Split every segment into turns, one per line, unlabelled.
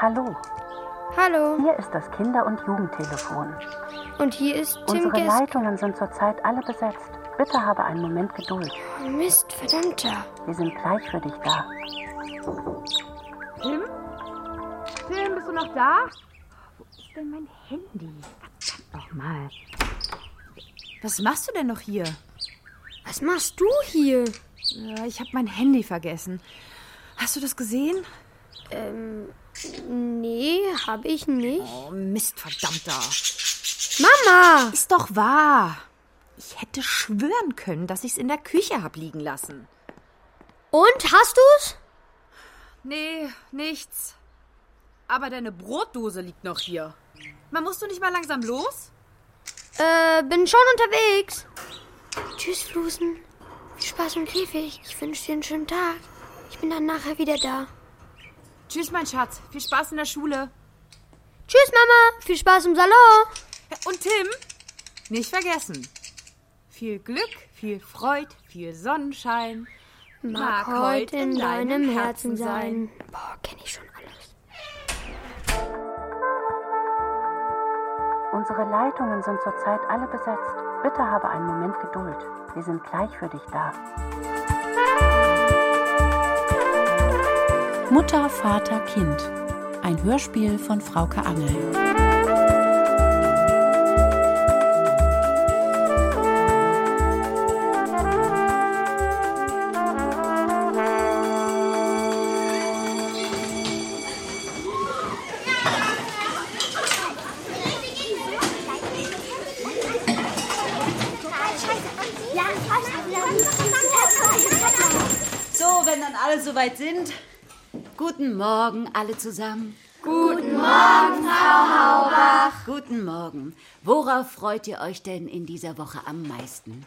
Hallo,
Hallo.
hier ist das Kinder- und Jugendtelefon.
Und hier ist Tim
Unsere
Gess.
Leitungen sind zurzeit alle besetzt. Bitte habe einen Moment Geduld.
Oh, Mist, verdammter.
Wir sind gleich für dich da.
Tim? Tim, bist du noch da? Wo ist denn mein Handy? Verdammt nochmal. Was machst du denn noch hier?
Was machst du hier?
Ja, Ich habe mein Handy vergessen. Hast du das gesehen?
Nee, hab ich nicht.
Oh, Mist, verdammter.
Mama!
Ist doch wahr. Ich hätte schwören können, dass ich es in der Küche hab liegen lassen.
Und hast du's?
Nee, nichts. Aber deine Brotdose liegt noch hier. Man musst du nicht mal langsam los?
Äh, bin schon unterwegs. Tschüss, Flusen. Viel Spaß im Käfig. Ich wünsche dir einen schönen Tag. Ich bin dann nachher wieder da.
Tschüss, mein Schatz. Viel Spaß in der Schule.
Tschüss, Mama. Viel Spaß im Salon.
Und Tim, nicht vergessen. Viel Glück, viel Freud, viel Sonnenschein.
Mag heut in deinem Herzen sein. Boah, kenn ich schon alles.
Unsere Leitungen sind zurzeit alle besetzt. Bitte habe einen Moment Geduld. Wir sind gleich für dich da.
Mutter, Vater, Kind. Ein Hörspiel von Frauke Angel.
So, wenn dann alle soweit sind. Guten Morgen, alle zusammen. Guten Morgen, Frau Haubach. Guten Morgen. Worauf freut ihr euch denn in dieser Woche am meisten?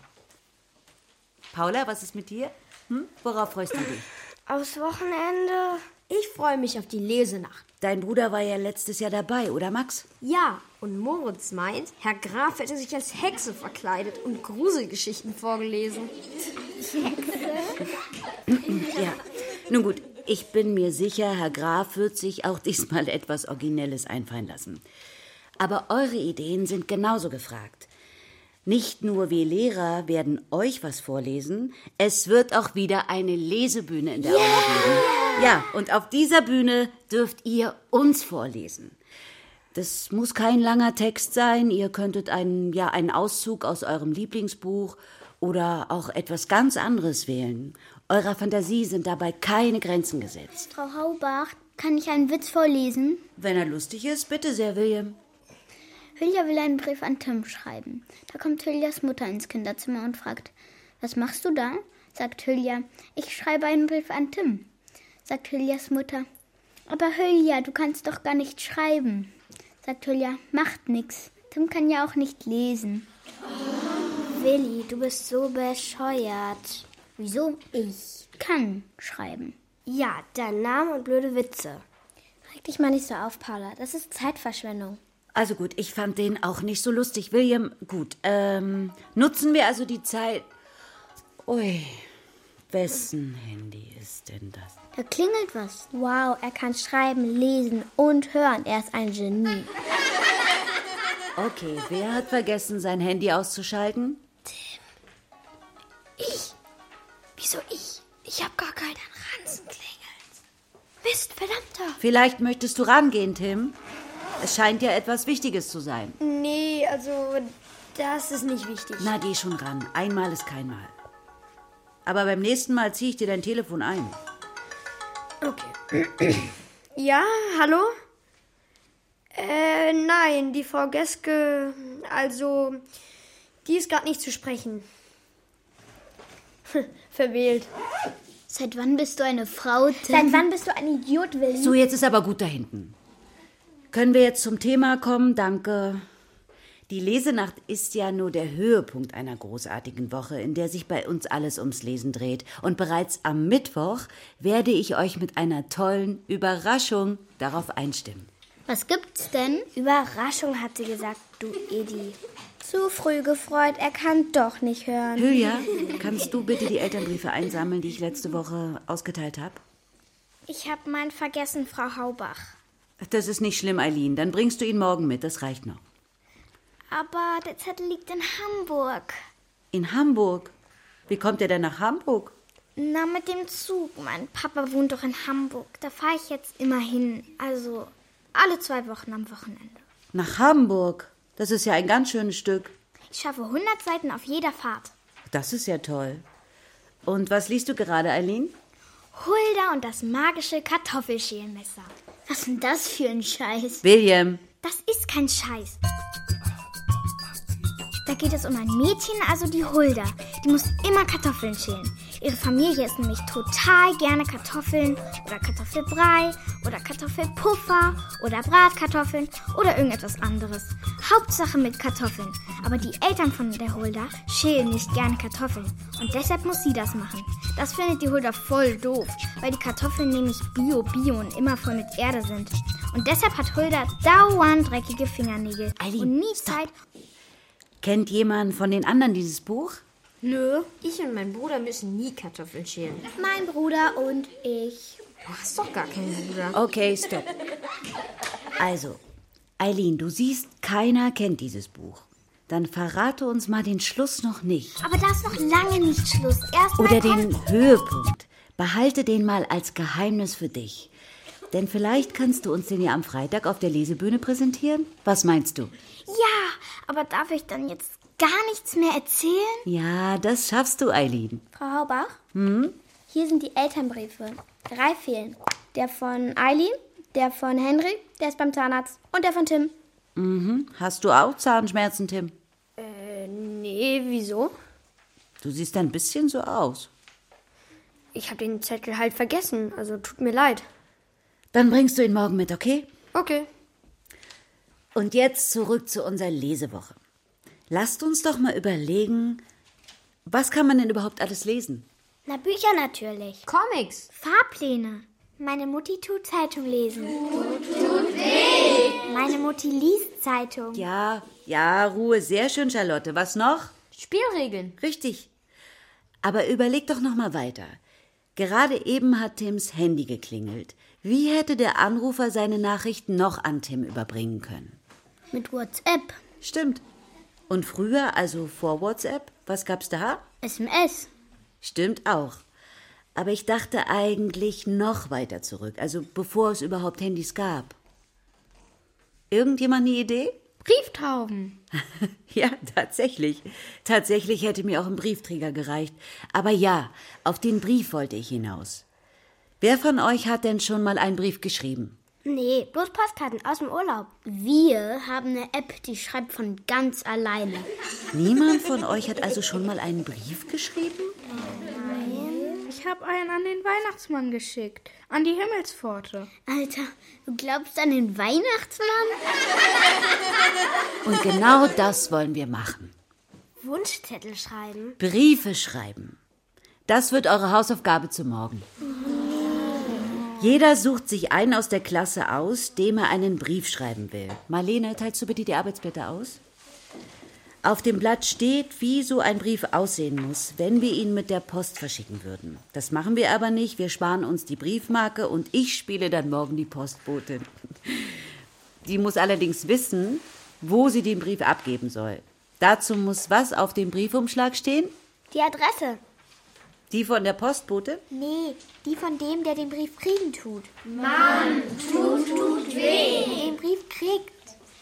Paula, was ist mit dir? Hm? Worauf freust du dich?
Aufs Wochenende.
Ich freue mich auf die Lesenacht.
Dein Bruder war ja letztes Jahr dabei, oder Max?
Ja, und Moritz meint, Herr Graf hätte sich als Hexe verkleidet und Gruselgeschichten vorgelesen.
Ja. Nun gut, ich bin mir sicher, Herr Graf wird sich auch diesmal etwas Originelles einfallen lassen. Aber eure Ideen sind genauso gefragt. Nicht nur wir Lehrer werden euch was vorlesen, es wird auch wieder eine Lesebühne in der Aula geben. Ja, und auf dieser Bühne dürft ihr uns vorlesen. Das muss kein langer Text sein. Ihr könntet einen, ja, einen Auszug aus eurem Lieblingsbuch oder auch etwas ganz anderes wählen. Eurer Fantasie sind dabei keine Grenzen gesetzt.
Frau Haubach, kann ich einen Witz vorlesen?
Wenn er lustig ist, bitte sehr, William.
Hülya will einen Brief an Tim schreiben. Da kommt Hülyas Mutter ins Kinderzimmer und fragt, was machst du da? Sagt Hülya, ich schreibe einen Brief an Tim. Sagt Hülyas Mutter, aber Hülya, du kannst doch gar nicht schreiben. Sagt Hülya, macht nix. Tim kann ja auch nicht lesen. Willi, du bist so bescheuert. Wieso? Ich kann schreiben.
Ja, dein Name und blöde Witze.
Reg dich mal nicht so auf, Paula. Das ist Zeitverschwendung.
Also gut, ich fand den auch nicht so lustig. William, gut, ähm, nutzen wir also die Zeit. Ui, wessen Handy ist denn das?
Da klingelt was. Wow, er kann schreiben, lesen und hören. Er ist ein Genie.
Okay, wer hat vergessen, sein Handy auszuschalten?
Wieso ich? Ich hab gar keinen Ranzen klingelt. Mist, verdammter.
Vielleicht möchtest du rangehen, Tim. Es scheint ja etwas Wichtiges zu sein.
Nee, also das ist nicht wichtig.
Na, geh schon ran. Einmal ist kein Mal. Aber beim nächsten Mal ziehe ich dir dein Telefon ein.
Okay.
Ja, hallo? Äh, nein, die Frau Geske, also, die ist gerade nicht zu sprechen. Verwählt.
Seit wann bist du eine Frau, Tim?
Seit wann bist du ein Idiot, Willi?
So, jetzt ist aber gut da hinten. Können wir jetzt zum Thema kommen? Danke. Die Lesenacht ist ja nur der Höhepunkt einer großartigen Woche, in der sich bei uns alles ums Lesen dreht. Und bereits am Mittwoch werde ich euch mit einer tollen Überraschung darauf einstimmen.
Was gibt's denn?
Überraschung, hat sie gesagt, du Edi. Zu früh gefreut, er kann doch nicht hören.
Hülya, kannst du bitte die Elternbriefe einsammeln, die ich letzte Woche ausgeteilt habe?
Ich habe meinen vergessen, Frau Haubach.
Das ist nicht schlimm, Eileen. Dann bringst du ihn morgen mit. Das reicht noch.
Aber der Zettel liegt in Hamburg.
In Hamburg? Wie kommt er denn nach Hamburg?
Na, mit dem Zug. Mein Papa wohnt doch in Hamburg. Da fahre ich jetzt immer hin. Also alle zwei Wochen am Wochenende.
Nach Hamburg? Das ist ja ein ganz schönes Stück.
Ich schaffe 100 Seiten auf jeder Fahrt.
Das ist ja toll. Und was liest du gerade, Eileen?
Hulda und das magische Kartoffelschälmesser.
Was ist denn das für ein Scheiß?
William.
Das ist kein Scheiß. Da geht es um ein Mädchen, also die Hulda. Die muss immer Kartoffeln schälen. Ihre Familie isst nämlich total gerne Kartoffeln oder Kartoffelbrei oder Kartoffelpuffer oder Bratkartoffeln oder irgendetwas anderes. Hauptsache mit Kartoffeln. Aber die Eltern von der Hulda schälen nicht gerne Kartoffeln. Und deshalb muss sie das machen. Das findet die Hulda voll doof, weil die Kartoffeln nämlich bio, bio und immer voll mit Erde sind. Und deshalb hat Hulda dauernd dreckige Fingernägel
Eileen,
und nie
stopp.
Zeit,
Kennt jemand von den anderen dieses Buch?
Nö. Ich und mein Bruder müssen nie Kartoffeln schälen.
Mein Bruder und ich.
Du hast doch gar keinen Bruder.
Okay, stopp. Also, Eileen, du siehst, keiner kennt dieses Buch. Dann verrate uns mal den Schluss noch nicht.
Aber da ist noch lange nicht Schluss. Erstmal
Oder
kommt
den Höhepunkt. Behalte den mal als Geheimnis für dich. Denn vielleicht kannst du uns den ja am Freitag auf der Lesebühne präsentieren. Was meinst du?
Ja, aber darf ich dann jetzt gar nichts mehr erzählen?
Ja, das schaffst du, Eileen.
Frau Haubach? Hm? Hier sind die Elternbriefe. Drei fehlen. Der von Eileen, der von Henry, der ist beim Zahnarzt und der von Tim.
Hast du auch Zahnschmerzen, Tim?
Äh, Nee, wieso?
Du siehst ein bisschen so aus.
Ich habe den Zettel halt vergessen, also tut mir leid.
Dann bringst du ihn morgen mit, okay?
Okay.
Und jetzt zurück zu unserer Lesewoche. Lasst uns doch mal überlegen, was kann man denn überhaupt alles lesen?
Na, Bücher natürlich.
Comics.
Fahrpläne. Meine Mutti tut Zeitung lesen. Tut, weh. Meine Mutti liest Zeitung.
Ja, ja, Ruhe, sehr schön, Charlotte. Was noch?
Spielregeln.
Richtig. Aber überleg doch noch mal weiter. Gerade eben hat Tims Handy geklingelt. Wie hätte der Anrufer seine Nachricht noch an Tim überbringen können?
Mit WhatsApp,
Stimmt. Und früher, also vor WhatsApp, was gab's da?
SMS.
Stimmt auch. Aber ich dachte eigentlich noch weiter zurück, also bevor es überhaupt Handys gab. Irgendjemand eine Idee?
Brieftauben.
Ja, tatsächlich. Tatsächlich hätte mir auch ein Briefträger gereicht. Aber ja, auf den Brief wollte ich hinaus. Wer von euch hat denn schon mal einen Brief geschrieben?
Nee, bloß Postkarten aus dem Urlaub.
Wir haben eine App, die schreibt von ganz alleine.
Niemand von euch hat also schon mal einen Brief geschrieben?
Ich habe einen an den Weihnachtsmann geschickt. An die Himmelspforte.
Alter, du glaubst an den Weihnachtsmann?
Und genau das wollen wir machen.
Wunschzettel schreiben.
Briefe schreiben. Das wird eure Hausaufgabe zu morgen. Jeder sucht sich einen aus der Klasse aus, dem er einen Brief schreiben will. Marlene, teilst du bitte die Arbeitsblätter aus? Auf dem Blatt steht, wie so ein Brief aussehen muss, wenn wir ihn mit der Post verschicken würden. Das machen wir aber nicht. Wir sparen uns die Briefmarke und ich spiele dann morgen die Postbotin. Die muss allerdings wissen, wo sie den Brief abgeben soll. Dazu muss was auf dem Briefumschlag stehen?
Die Adresse.
Die von der Postbote?
Nee, die von dem, der den Brief kriegen tut. Mann, tut, tut weh. Den Brief kriegt.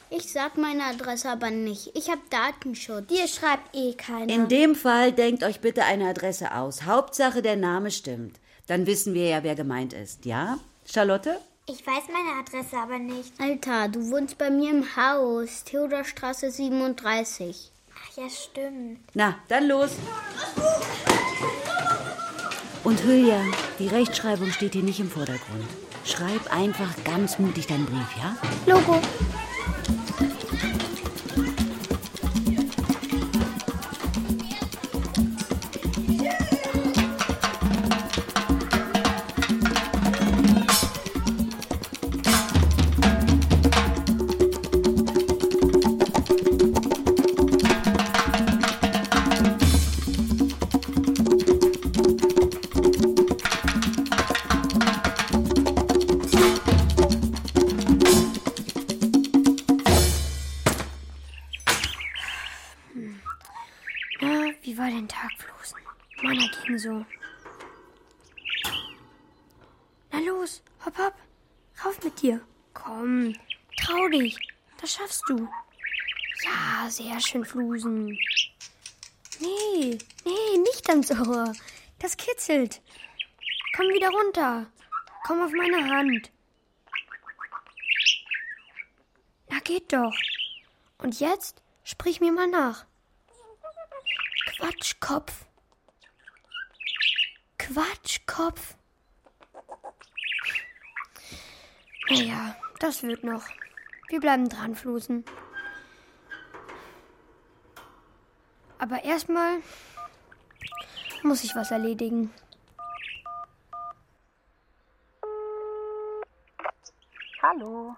Ich sag meine Adresse aber nicht. Ich hab Datenschutz.
Dir schreibt eh keiner.
In dem Fall denkt euch bitte eine Adresse aus. Hauptsache der Name stimmt. Dann wissen wir ja, wer gemeint ist. Ja? Charlotte?
Ich weiß meine Adresse aber nicht.
Alter, du wohnst bei mir im Haus, Theodorstraße 37.
Ach ja, stimmt.
Na, dann los. Und Hülya, die Rechtschreibung steht hier nicht im Vordergrund. Schreib einfach ganz mutig deinen Brief, ja?
Logo.
Na, wie war dein Tag, Flosen? Meiner ging so. Na los, hopp, hopp. Rauf mit dir. Komm, trau dich. Das schaffst du. Ja, sehr schön, Flusen. Nee, nee, nicht ans Ohr. Das kitzelt. Komm wieder runter. Komm auf meine Hand. Na, geht doch. Und jetzt sprich mir mal nach. Quatschkopf. Quatschkopf. Naja, das wird noch. Wir bleiben dran, Flusen. Aber erstmal muss ich was erledigen.
Hallo,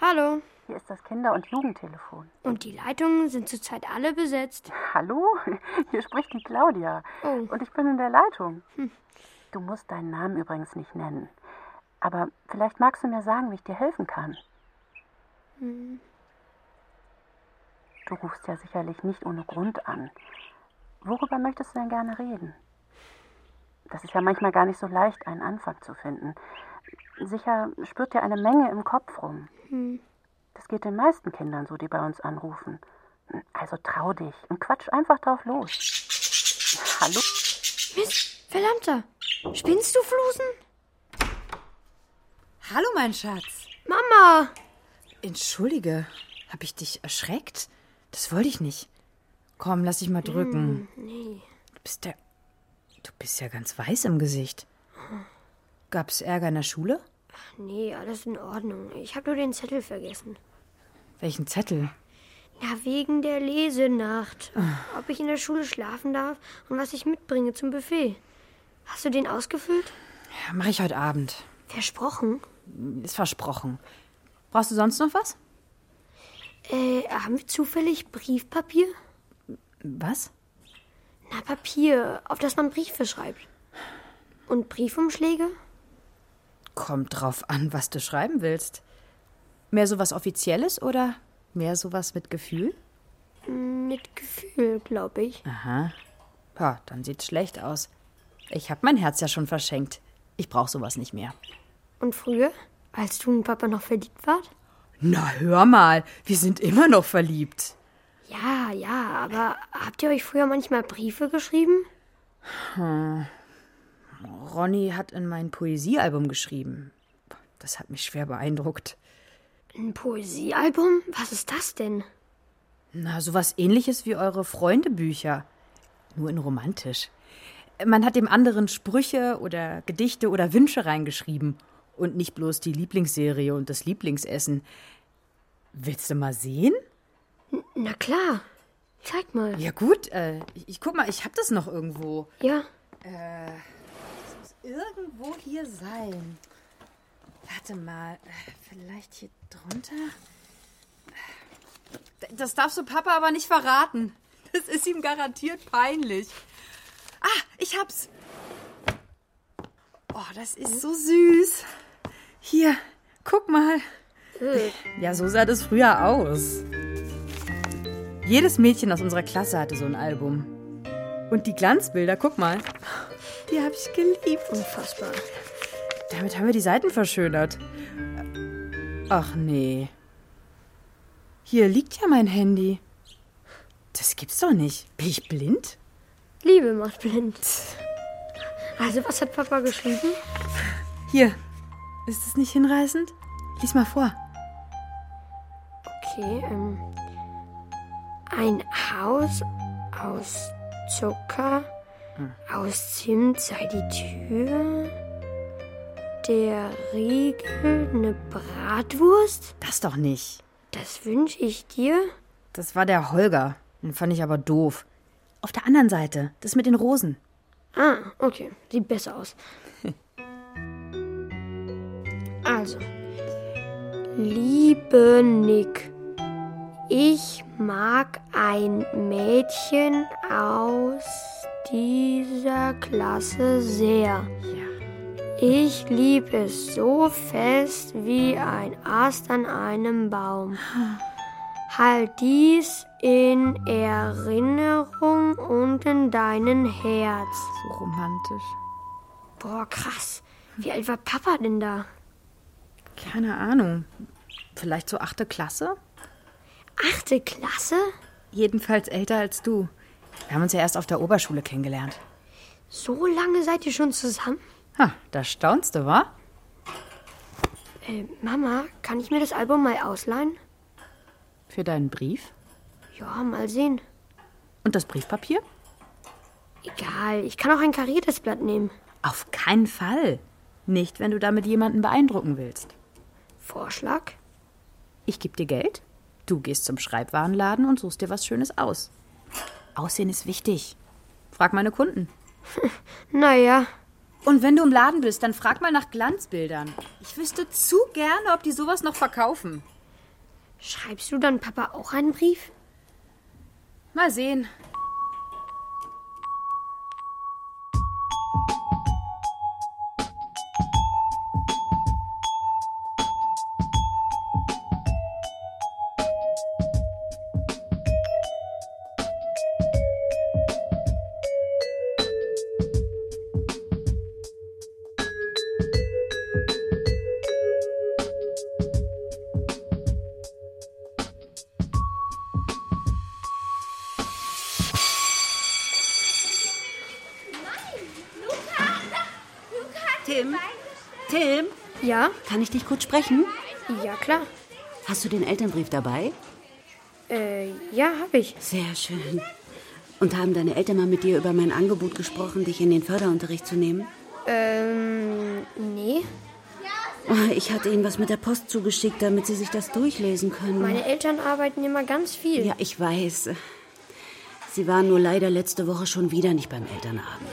Hallo.
hier ist das Kinder- und Jugendtelefon.
Und die Leitungen sind zurzeit alle besetzt.
Hallo, hier spricht die Claudia.
Oh.
Und ich bin in der Leitung. Du musst deinen Namen übrigens nicht nennen. Aber vielleicht magst du mir sagen, wie ich dir helfen kann. Du rufst ja sicherlich nicht ohne Grund an. Worüber möchtest du denn gerne reden? Das ist ja manchmal gar nicht so leicht, einen Anfang zu finden. Sicher spürt ja eine Menge im Kopf rum. Das geht den meisten Kindern so, die bei uns anrufen. Also trau dich und quatsch einfach drauf los. Hallo?
Mist, verdammter. Spinnst du, Flusen?
Hallo, mein Schatz.
Mama!
Entschuldige, hab ich dich erschreckt? Das wollte ich nicht. Komm, lass dich mal drücken.
Nee.
Du bist ja, du bist ja ganz weiß im Gesicht. Gab's Ärger in der Schule?
Nee, alles in Ordnung. Ich habe nur den Zettel vergessen.
Welchen Zettel?
Ja, wegen der Lesenacht. Ob ich in der Schule schlafen darf und was ich mitbringe zum Buffet. Hast du den ausgefüllt?
Mache ich heute Abend.
Versprochen?
Ist versprochen. Brauchst du sonst noch was?
Äh, haben wir zufällig Briefpapier?
Was?
Na, Papier, auf das man Briefe schreibt. Und Briefumschläge?
Kommt drauf an, was du schreiben willst. Mehr sowas Offizielles oder mehr sowas mit Gefühl?
Mit Gefühl, glaube ich.
Ja, dann sieht's schlecht aus. Ich hab mein Herz ja schon verschenkt. Ich brauch sowas nicht mehr.
Und früher, als du und Papa noch verliebt wart?
Na, hör mal, wir sind immer noch verliebt.
Ja, ja, aber habt ihr euch früher manchmal Briefe geschrieben?
Ronny hat in mein Poesiealbum geschrieben. Das hat mich schwer beeindruckt.
Ein Poesiealbum? Was ist das denn?
Na, sowas ähnliches wie eure Freundebücher. Nur in romantisch. Man hat dem anderen Sprüche oder Gedichte oder Wünsche reingeschrieben. Und nicht bloß die Lieblingsserie und das Lieblingsessen. Willst du mal sehen?
Na klar. Zeig mal.
Ja gut, äh, ich, ich guck mal, ich hab das noch irgendwo.
Ja.
Irgendwo hier sein. Warte mal, äh, vielleicht hier drunter? Äh, Das darfst du Papa aber nicht verraten. Das ist ihm garantiert peinlich. Ah, ich hab's. Oh, das ist so süß. Hier, guck mal. Ja, so sah das früher aus. Jedes Mädchen aus unserer Klasse hatte so ein Album. Und die Glanzbilder, guck mal. Die habe ich geliebt. Unfassbar. Damit haben wir die Seiten verschönert. Ach nee. Hier liegt ja mein Handy. Das gibt's doch nicht. Bin ich blind?
Liebe macht blind. Also, was hat Papa geschrieben?
Hier. Ist es nicht hinreißend? Lies mal vor.
Okay, ähm. Ein Haus aus Zucker, aus Zimt sei die Tür, der Riegel eine Bratwurst,
Das doch nicht.
das wünsche ich dir.
Das war der Holger. Den fand ich aber doof. Auf der anderen Seite, das mit den Rosen.
Ah, okay, sieht besser aus. Also, liebe Nick, ich mag ein Mädchen aus dieser Klasse sehr. Ich lieb es so fest wie ein Ast an einem Baum. Halt dies in Erinnerung und in deinen Herz.
So romantisch.
Boah, krass. Wie alt war Papa denn da?
Keine Ahnung. Vielleicht so achte Klasse?
Achte Klasse?
Jedenfalls älter als du. Wir haben uns ja erst auf der Oberschule kennengelernt.
So lange seid ihr schon zusammen?
Ha, da staunst du, wa?
Äh, Mama, kann ich mir das Album mal ausleihen?
Für deinen Brief?
Ja, mal sehen.
Und das Briefpapier?
Egal, ich kann auch ein kariertes Blatt nehmen.
Auf keinen Fall. Nicht, wenn du damit jemanden beeindrucken willst.
Vorschlag?
Ich gebe dir Geld, du gehst zum Schreibwarenladen und suchst dir was Schönes aus. Aussehen ist wichtig. Frag meine Kunden.
Naja,
Und wenn du im Laden bist, dann frag mal nach Glanzbildern. Ich wüsste zu gerne, ob die sowas noch verkaufen.
schreibst du dann Papa auch einen Brief?
Mal sehen.
Tim? Tim?
Ja,
Kann ich dich kurz sprechen?
ja klar.
Hast du den Elternbrief dabei?
Äh, ja, hab ich.
Sehr schön. Und haben deine Eltern mal mit dir über mein Angebot gesprochen, dich in den Förderunterricht zu nehmen?
Ähm, nee.
Oh, Ich hatte ihnen was mit der Post zugeschickt, damit sie sich das durchlesen können.
Meine Eltern arbeiten immer ganz viel.
ja, ich weiß. Sie waren nur leider letzte Woche schon wieder nicht beim Elternabend.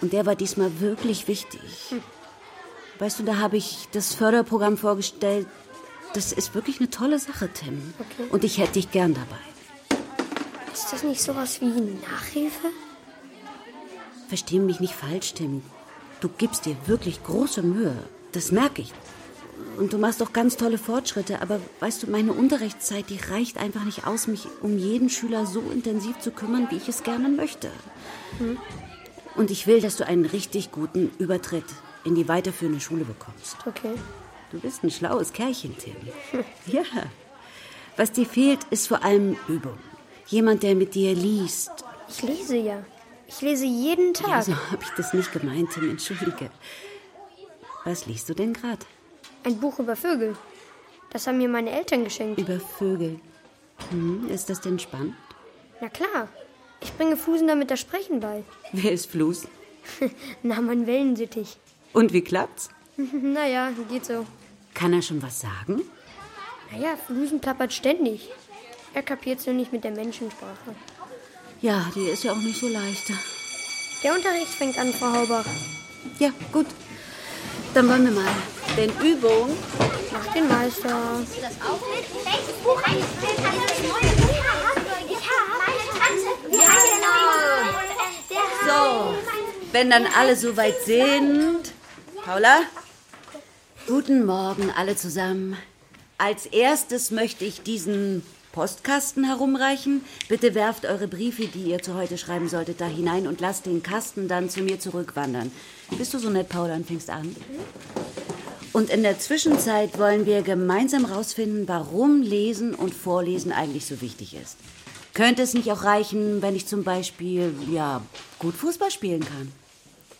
Und der war diesmal wirklich wichtig.
Hm.
Weißt du, da habe ich das Förderprogramm vorgestellt. Das ist wirklich eine tolle Sache, Tim. Und ich hätte dich gern dabei.
Ist das nicht sowas wie Nachhilfe?
Versteh mich nicht falsch, Tim. Du gibst dir wirklich große Mühe. Das merke ich. Und du machst doch ganz tolle Fortschritte, aber weißt du, meine Unterrichtszeit, die reicht einfach nicht aus, mich um jeden Schüler so intensiv zu kümmern, wie ich es gerne möchte. Und ich will, dass du einen richtig guten Übertritt in die weiterführende Schule bekommst.
Okay.
Du bist ein schlaues Kerlchen, Tim. Ja. Was dir fehlt, ist vor allem Übung. Jemand, der mit dir liest,
Ich lese ja. Ich lese jeden
ja,
Tag.
so habe Also ich das nicht gemeint, Tim. Entschuldige. Was liest du denn gerade?
Ein Buch über Vögel. Das haben mir meine Eltern geschenkt.
Über Vögel. Hm, ist das denn spannend?
Na klar. Ich bringe Flusen damit das Sprechen bei.
Wer ist Fluss?
Na, mein Wellensittich.
Und wie klappt's?
naja, geht so.
Kann er schon was sagen?
Naja, Flusen plappert ständig. Er kapiert's nur nicht mit der Menschensprache.
Ja, die ist ja auch nicht so leicht.
Der Unterricht fängt an, Frau Haubach.
Ja, gut. Dann wollen wir mal. Denn Übung.
Mach den Meister.
Welches Buch eigentlich? Ich habe meine Tante. Die hat
So, wenn dann alle soweit sind. Paula? Guten Morgen alle zusammen. Als erstes möchte ich diesen Postkasten herumreichen. Bitte werft eure Briefe, die ihr zu heute schreiben solltet, da hinein und lasst den Kasten dann zu mir zurückwandern. Bist du so nett, Paula, und fängst an? Und in der Zwischenzeit wollen wir gemeinsam herausfinden, warum Lesen und Vorlesen eigentlich so wichtig ist. Könnte es nicht auch reichen, wenn ich zum Beispiel, ja, gut Fußball spielen kann?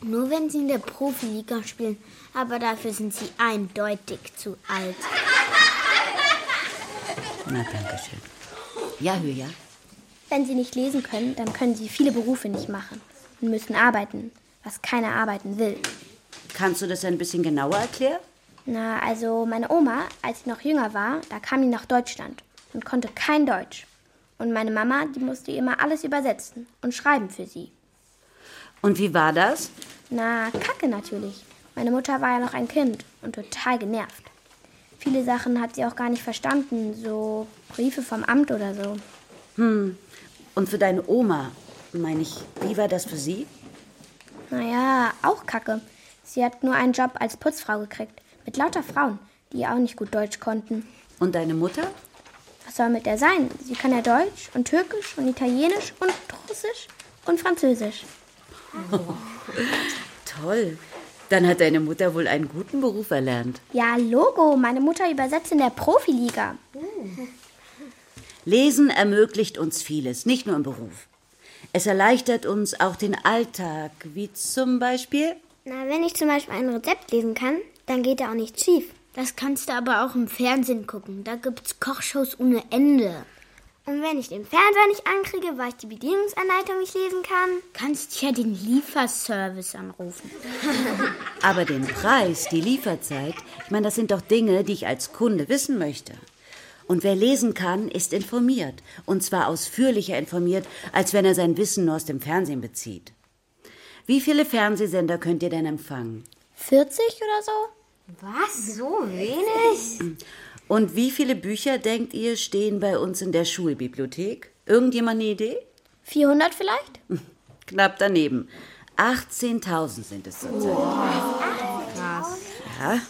Nur wenn sie in der Profiliga spielen, aber dafür sind sie eindeutig zu alt.
Na, danke schön. Ja, Hülya.
Wenn sie nicht lesen können, dann können sie viele Berufe nicht machen und müssen arbeiten, was keiner arbeiten will.
Kannst du das ein bisschen genauer erklären?
Na, also meine Oma, als sie noch jünger war, da kam die nach Deutschland und konnte kein Deutsch. Und meine Mama, die musste immer alles übersetzen und schreiben für sie.
Und wie war das?
Na, kacke natürlich. Meine Mutter war ja noch ein Kind und total genervt. Viele Sachen hat sie auch gar nicht verstanden, so Briefe vom Amt oder so.
Hm. Und für deine Oma, meine ich, wie war das für sie?
Naja, auch kacke. Sie hat nur einen Job als Putzfrau gekriegt, mit lauter Frauen, die auch nicht gut Deutsch konnten.
Und deine Mutter?
Was soll mit der sein? Sie kann ja Deutsch und Türkisch und Italienisch und Russisch und Französisch.
Toll. Dann hat deine Mutter wohl einen guten Beruf erlernt.
Ja, Logo, meine Mutter übersetzt in der Profiliga.
Lesen ermöglicht uns vieles, nicht nur im Beruf. Es erleichtert uns auch den Alltag, wie zum Beispiel.
Na, wenn ich zum Beispiel ein Rezept lesen kann, dann geht da auch nichts schief.
Das kannst du aber auch im Fernsehen gucken. Da gibt's Kochshows ohne Ende.
Und wenn ich den Fernseher nicht ankriege, weil ich die Bedienungsanleitung nicht lesen kann?
Kannst ja den Lieferservice anrufen.
Aber den Preis, die Lieferzeit, ich meine, das sind doch Dinge, die ich als Kunde wissen möchte. Und wer lesen kann, ist informiert. Und zwar ausführlicher informiert, als wenn er sein Wissen nur aus dem Fernsehen bezieht. Wie viele Fernsehsender könnt ihr denn empfangen?
40 oder so?
Was? So wenig?
Und wie viele Bücher, denkt ihr, stehen bei uns in der Schulbibliothek? Irgendjemand eine Idee?
400 vielleicht?
Knapp daneben. 18.000 sind es sozusagen. Ja,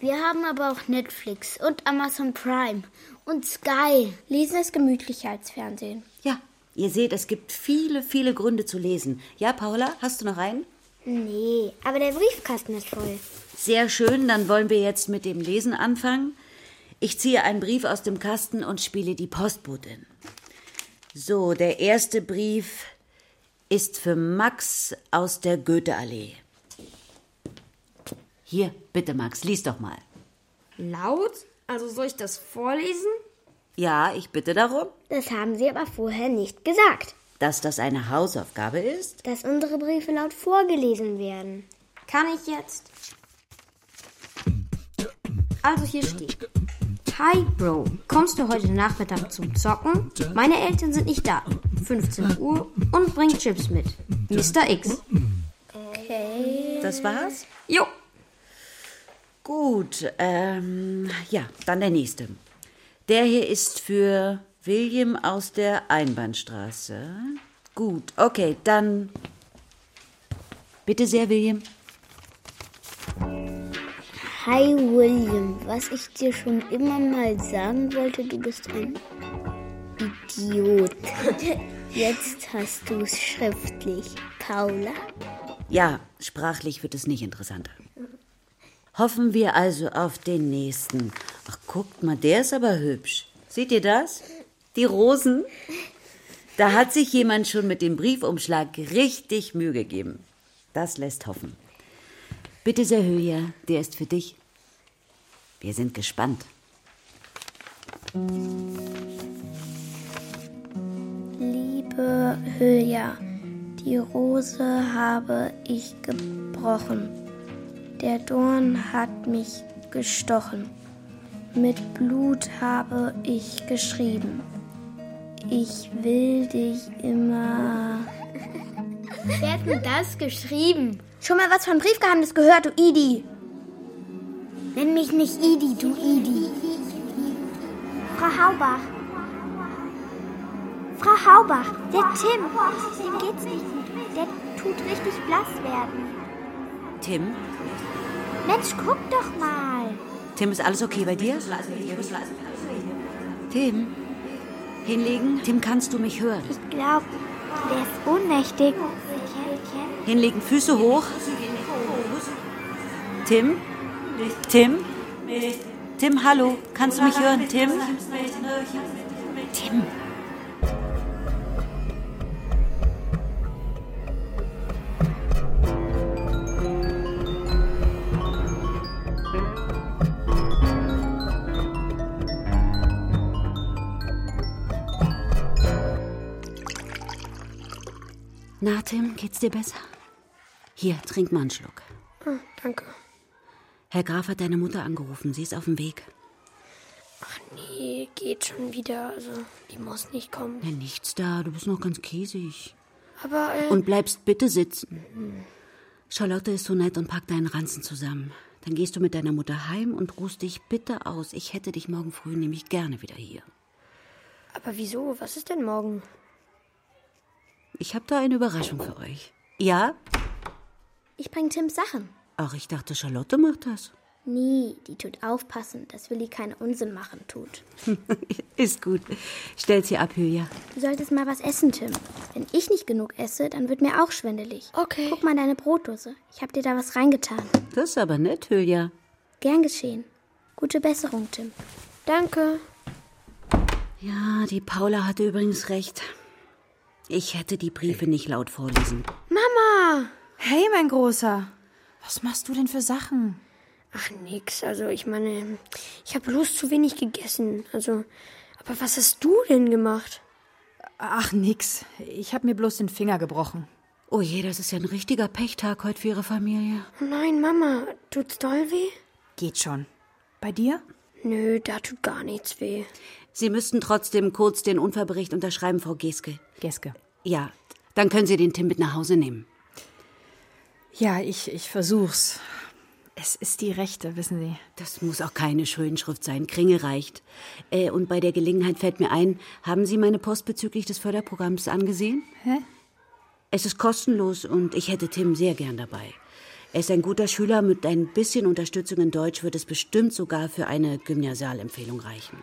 Wir haben aber auch Netflix und Amazon Prime und Sky.
Lesen ist gemütlicher als Fernsehen.
ja. Ihr seht, es gibt viele, viele Gründe zu lesen. Ja, Paula, hast du noch einen?
Nee, aber der Briefkasten ist voll.
Sehr schön, dann wollen wir jetzt mit dem Lesen anfangen. Ich ziehe einen Brief aus dem Kasten und spiele die Postbotin. So, der erste Brief ist für Max aus der Goetheallee. Hier, bitte Max, lies doch mal.
Laut? Also soll ich das vorlesen?
Ja, ich bitte darum,
Das haben sie aber vorher nicht gesagt,
dass das eine Hausaufgabe ist.
dass unsere Briefe laut vorgelesen werden.
Kann ich jetzt? Also hier steht. Hi Bro, kommst du heute Nachmittag zum Zocken? Meine Eltern sind nicht da. 15 Uhr und bring Chips mit. Mr. X.
Das war's?
Jo,
Gut, ähm, ja, dann der nächste. Der hier ist für William aus der Einbahnstraße. Gut, okay, dann. Bitte sehr, William.
Hi William, was ich dir schon immer mal sagen wollte, du bist ein Idiot. Jetzt hast du es schriftlich, Paula.
Ja, sprachlich wird es nicht interessanter. Hoffen wir also auf den nächsten. Ach, guckt mal, der ist aber hübsch. Seht ihr das? Die Rosen? Da hat sich jemand schon mit dem Briefumschlag richtig Mühe gegeben. Das lässt hoffen. Bitte sehr, Höja, der ist für dich. Wir sind gespannt.
Liebe Hülya, die Rose habe ich gebrochen. Der Dorn hat mich gestochen. Mit Blut habe ich geschrieben. Ich will dich immer.
Wer hat denn das geschrieben?
Schon mal was von Briefgeheimnis gehört, du Idi?
Nenn mich nicht Idi, du Idi.
Frau Haubach. Frau Haubach, der Tim, dem geht's nicht gut. Der tut richtig blass werden.
Tim?
Mensch, guck doch mal.
Tim, ist alles okay bei dir? Tim? Hinlegen? Tim, kannst du mich hören?
Ich glaub, der ist ohnmächtig.
Hinlegen, Füße hoch. Tim? Tim? Tim, hallo, kannst du mich hören? Tim? Tim? Na, Tim, geht's dir besser? Hier, trink mal einen Schluck.
Oh, danke.
Herr Graf hat deine Mutter angerufen. Sie ist auf dem Weg.
Ach nee, geht schon wieder. Also, die muss nicht kommen.
Ja, nichts da. Du bist noch ganz käsig.
Aber, äh,
Und bleibst bitte sitzen. Charlotte ist so nett und packt deinen Ranzen zusammen. Dann gehst du mit deiner Mutter heim und ruhst dich bitte aus. Ich hätte dich morgen früh nämlich gerne wieder hier.
aber wieso? Was ist denn morgen?
Ich habe da eine Überraschung für euch. Ja?
Ich bringe Tims Sachen.
Ach, ich dachte, Charlotte macht das.
Nie, die tut aufpassen, dass Willi keinen Unsinn machen tut.
Ist gut. Stell's hier ab, Julia.
Du solltest mal was essen, Tim. Wenn ich nicht genug esse, dann wird mir auch schwindelig.
Okay.
Guck mal in deine Brotdose. Ich hab dir da was reingetan.
Das ist aber nett, Julia.
Gern geschehen. Gute Besserung, Tim.
Danke.
Ja, die Paula hatte übrigens recht. Ich hätte die Briefe nicht laut vorlesen.
Mama!
Hey, mein Großer. Was machst du denn für Sachen?
Ach nix, also ich meine, ich habe bloß zu wenig gegessen. Also, aber was hast du denn gemacht?
Ach, nix. Ich hab mir bloß den Finger gebrochen.
Oh je, das ist ja ein richtiger Pechtag heute für ihre Familie.
Oh nein, Mama, tut's doll weh?
Geht schon. Bei dir?
Nö, da tut gar nichts weh.
Sie müssten trotzdem kurz den Unfallbericht unterschreiben, Frau Geske.
Geske.
Ja, dann können Sie den Tim mit nach Hause nehmen.
Ja, ich, ich versuch's. Es ist die Rechte, wissen Sie.
Das muss auch keine Schönschrift sein. Kringel reicht. Äh, und bei der Gelegenheit fällt mir ein, haben Sie meine Post bezüglich des Förderprogramms angesehen?
Hä?
Es ist kostenlos und ich hätte Tim sehr gern dabei. Er ist ein guter Schüler. Mit ein bisschen Unterstützung in Deutsch wird es bestimmt sogar für eine Gymnasialempfehlung reichen.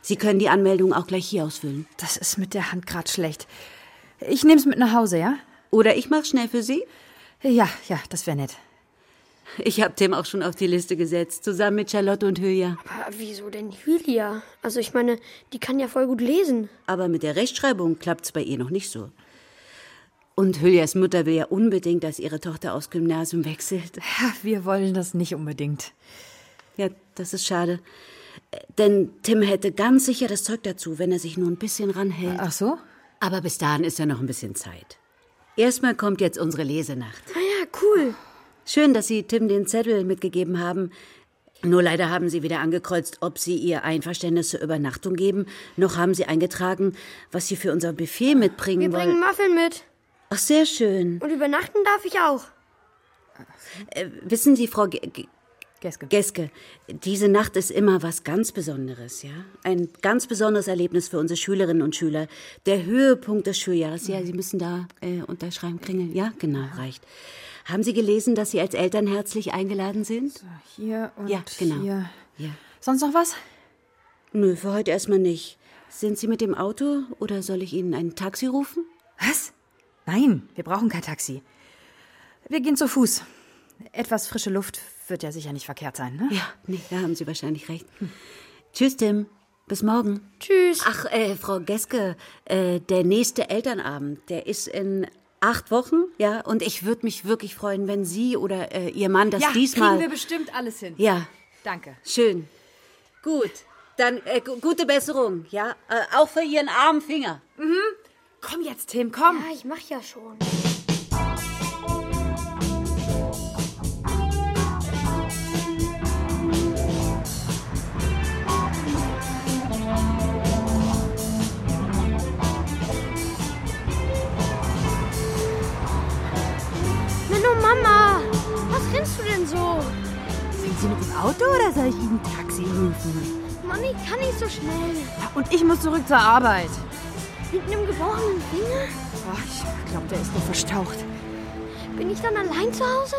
Sie können die Anmeldung auch gleich hier ausfüllen.
Das ist mit der Hand grad schlecht. Ich nehm's mit nach Hause, ja?
Oder ich mache schnell für Sie.
Ja, ja, das wäre nett.
Ich habe Tim auch schon auf die Liste gesetzt, zusammen mit Charlotte und Höja.
Aber wieso denn Julia? Also ich meine, die kann ja voll gut lesen.
Aber mit der Rechtschreibung klappt's bei ihr noch nicht so. Und Hüljas Mutter will ja unbedingt, dass ihre Tochter aufs Gymnasium wechselt.
Ha, Wir wollen das nicht unbedingt.
Ja, das ist schade. Äh, Denn Tim hätte ganz sicher das Zeug dazu, wenn er sich nur ein bisschen ranhält.
Ach so?
Aber bis dahin ist ja noch ein bisschen Zeit. Erstmal kommt jetzt unsere Lesenacht.
Ah ja, cool.
Schön, dass Sie Tim den Zettel mitgegeben haben. Nur leider haben Sie weder angekreuzt, ob Sie Ihr Einverständnis zur Übernachtung geben, noch haben Sie eingetragen, was Sie für unser Buffet
Wir
mitbringen
bringen
wollen.
Muffin mit.
Ach, sehr schön. Äh,
Und übernachten darf ich auch.
Wissen Sie, Frau Ge Ge
Geske.
Geske, diese Nacht ist immer was ganz Besonderes, ja? Ein ganz besonderes Erlebnis für unsere Schülerinnen und Schüler. Der Höhepunkt des Schuljahres. Ja, Sie müssen da äh, unterschreiben, Kringel. Ja, genau, reicht. Haben Sie gelesen, dass Sie als Eltern herzlich eingeladen sind?
Hier und
Ja, genau.
hier.
Ja.
Sonst noch was?
Nö, für heute erstmal nicht. Sind Sie mit dem Auto oder soll ich Ihnen ein Taxi rufen?
Was? Nein, wir brauchen kein Taxi. Wir gehen zu Fuß. Etwas frische Luft wird ja sicher nicht verkehrt sein, ne?
Ja, nee, da haben Sie wahrscheinlich recht. Tschüss, Tim. Bis morgen.
Tschüss.
Ach, äh, Frau Geske, äh, der nächste Elternabend, der ist in acht Wochen, ja, und ich würde mich wirklich freuen, wenn Sie oder äh, Ihr Mann das diesmal.
bestimmt alles hin.
ja,
Danke.
schön. Gut, dann äh, gu- gute Besserung, ja, äh, auch für Ihren armen Finger.
Komm jetzt, Tim, komm.
Ja, ich mach ja schon.
Menno, Mama, was rennst du denn so?
Sind Sie mit dem Auto oder soll ich Ihnen ein Taxi rufen?
Mann, ich kann nicht so schnell.
Und ich muss zurück zur Arbeit.
Mit einem gebrochenen Finger?
Boah, ich glaube, der ist noch verstaucht.
Bin ich dann allein zu Hause?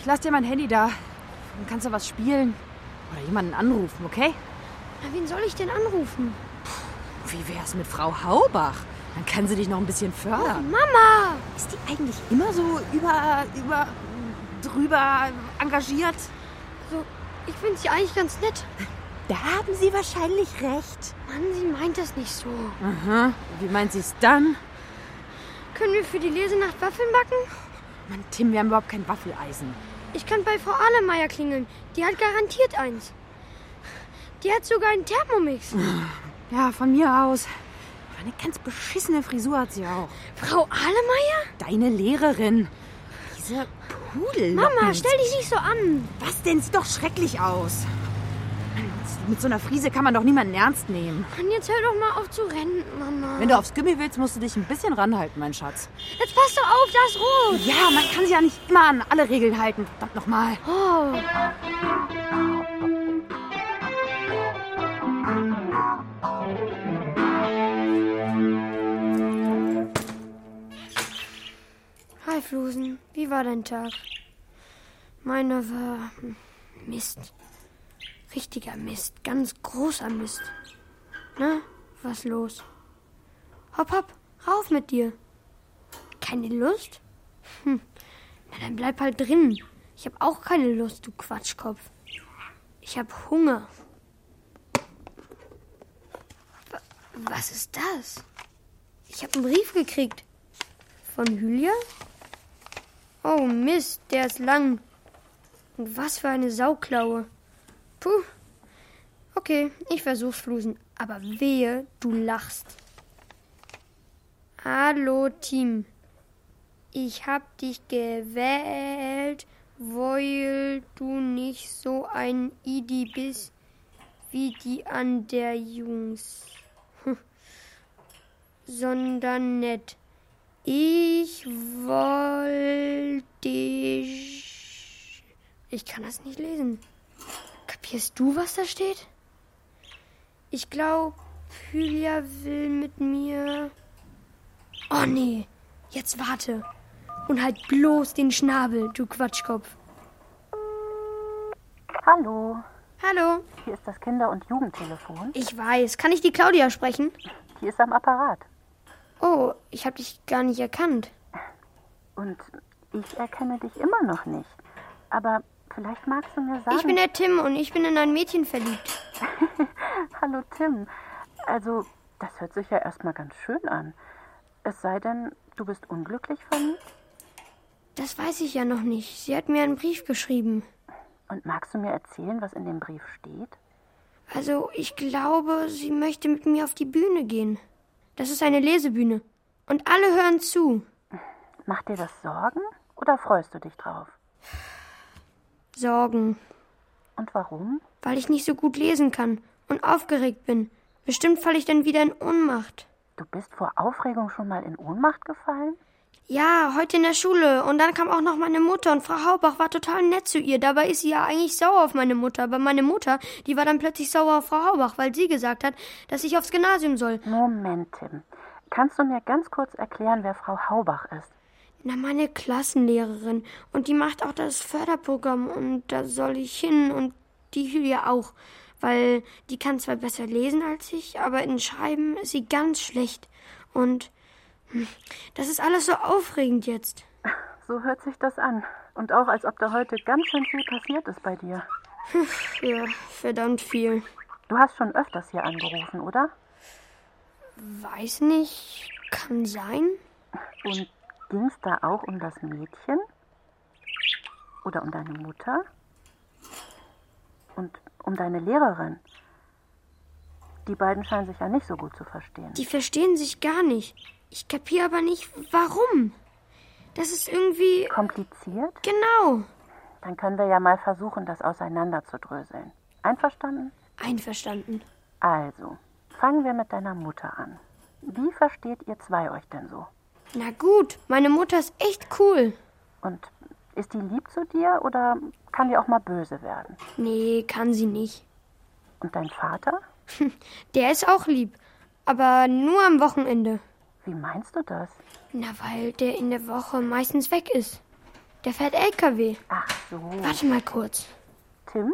Ich lasse dir mein Handy da. Dann kannst du was spielen. Oder jemanden anrufen, okay?
Na, wen soll ich denn anrufen?
Wie wär's mit Frau Haubach? Dann kann sie dich noch ein bisschen fördern.
Mama!
Ist die eigentlich immer so über, über, drüber engagiert?
So, ich find's ja eigentlich ganz nett.
Da haben Sie wahrscheinlich recht.
Mann, sie meint das nicht so.
Aha. Wie meint sie es dann?
Können wir für die Lesenacht Waffeln backen?
Mann, Tim, wir haben überhaupt kein Waffeleisen.
Ich kann bei Frau Ahlemeier klingeln. Die hat garantiert eins. Die hat sogar einen Thermomix.
Ja, von mir aus. Aber eine ganz beschissene Frisur hat sie auch.
Frau Ahlemeier?
Deine Lehrerin. Diese Pudel.
Mama, stell dich nicht so an.
Was denn? Sieht doch schrecklich aus. Mit so einer Frise kann man doch niemanden ernst nehmen.
Und jetzt hör doch mal auf zu rennen, Mama.
Wenn du aufs Gimmi willst, musst du dich ein bisschen ranhalten, mein Schatz.
Jetzt pass doch auf, da ist rot.
Ja, man kann sich ja nicht immer an alle Regeln halten. Verdammt nochmal.
Oh. Hi, Flusen. Wie war dein Tag? Meiner war hm, Mist. Richtiger Mist. Ganz großer Mist. Na, was los? Hopp, hopp, rauf mit dir. Keine Lust? Hm, na dann bleib halt drin. Ich hab auch keine Lust, du Quatschkopf. Ich hab Hunger. Wa- Was ist das? Ich hab einen Brief gekriegt. Von Julia? Oh Mist, der ist lang. Und was für eine Sauklaue. Puh. Okay, ich versuch's flusen. Aber wehe, du lachst. Hallo, Team. Ich hab dich gewählt, weil du nicht so ein Idi bist wie die an der Jungs. Hm. Sondern nett. Ich wollte dich. Ich kann das nicht lesen. Kapierst du, was da steht? Ich glaube, Hylia will mit mir. Oh nee, jetzt warte. Und halt bloß den Schnabel, du Quatschkopf.
Hallo,
Hallo,
hier ist das Kinder- und Jugendtelefon.
ich weiß. Kann ich die Claudia sprechen?
Die ist am Apparat.
Oh, ich habe dich gar nicht erkannt.
Und ich erkenne dich immer noch nicht. Aber vielleicht magst du mir sagen.
Ich bin der Tim und ich bin in ein Mädchen verliebt.
Hallo Tim. Also, das hört sich ja erstmal ganz schön an. Es sei denn, du bist unglücklich verliebt.
Das weiß ich ja noch nicht. Sie hat mir einen Brief geschrieben.
Und magst du mir erzählen, was in dem Brief steht?
Also, ich glaube, sie möchte mit mir auf die Bühne gehen. Das ist eine Lesebühne. Und alle hören zu.
Macht dir das Sorgen oder freust du dich drauf?
Sorgen,
Und warum?
weil ich nicht so gut lesen kann und aufgeregt bin. Bestimmt falle ich dann wieder in Ohnmacht.
Du bist vor Aufregung schon mal in Ohnmacht gefallen?
Ja, heute in der Schule. Und dann kam auch noch meine Mutter und Frau Haubach war total nett zu ihr. Dabei ist sie ja eigentlich sauer auf meine Mutter. Aber meine Mutter, die war dann plötzlich sauer auf Frau Haubach, weil sie gesagt hat, dass ich aufs Gymnasium soll.
Moment, Tim. Kannst du mir ganz kurz erklären, wer Frau Haubach ist?
Na, meine Klassenlehrerin. Und die macht auch das Förderprogramm und da soll ich hin und die Julia auch. Weil die kann zwar besser lesen als ich, aber in Schreiben ist sie ganz schlecht. Und hm, das ist alles so aufregend jetzt.
So hört sich das an. Und auch als ob da heute ganz schön viel passiert ist bei dir.
Ja, verdammt viel.
Du hast schon öfters hier angerufen, oder?
Weiß nicht, kann sein.
Und ging es da auch um das Mädchen? Oder um deine Mutter? Und um deine Lehrerin? Die beiden scheinen sich ja nicht so gut zu verstehen.
Die verstehen sich gar nicht. Ich kapiere aber nicht, warum. Das ist irgendwie.
Kompliziert?
Genau.
Dann können wir ja mal versuchen, das auseinanderzudröseln. Einverstanden?
Einverstanden.
Also, fangen wir mit deiner Mutter an. Wie versteht ihr zwei euch denn so?
Na gut, meine Mutter ist echt cool.
Und ist die lieb zu dir oder kann die auch mal böse werden?
Nee, kann sie nicht.
Und dein Vater?
Der ist auch lieb, aber nur am Wochenende.
Wie meinst du das?
Na, weil der in der Woche meistens weg ist. Der fährt LKW.
Ach so.
Warte mal kurz.
Tim?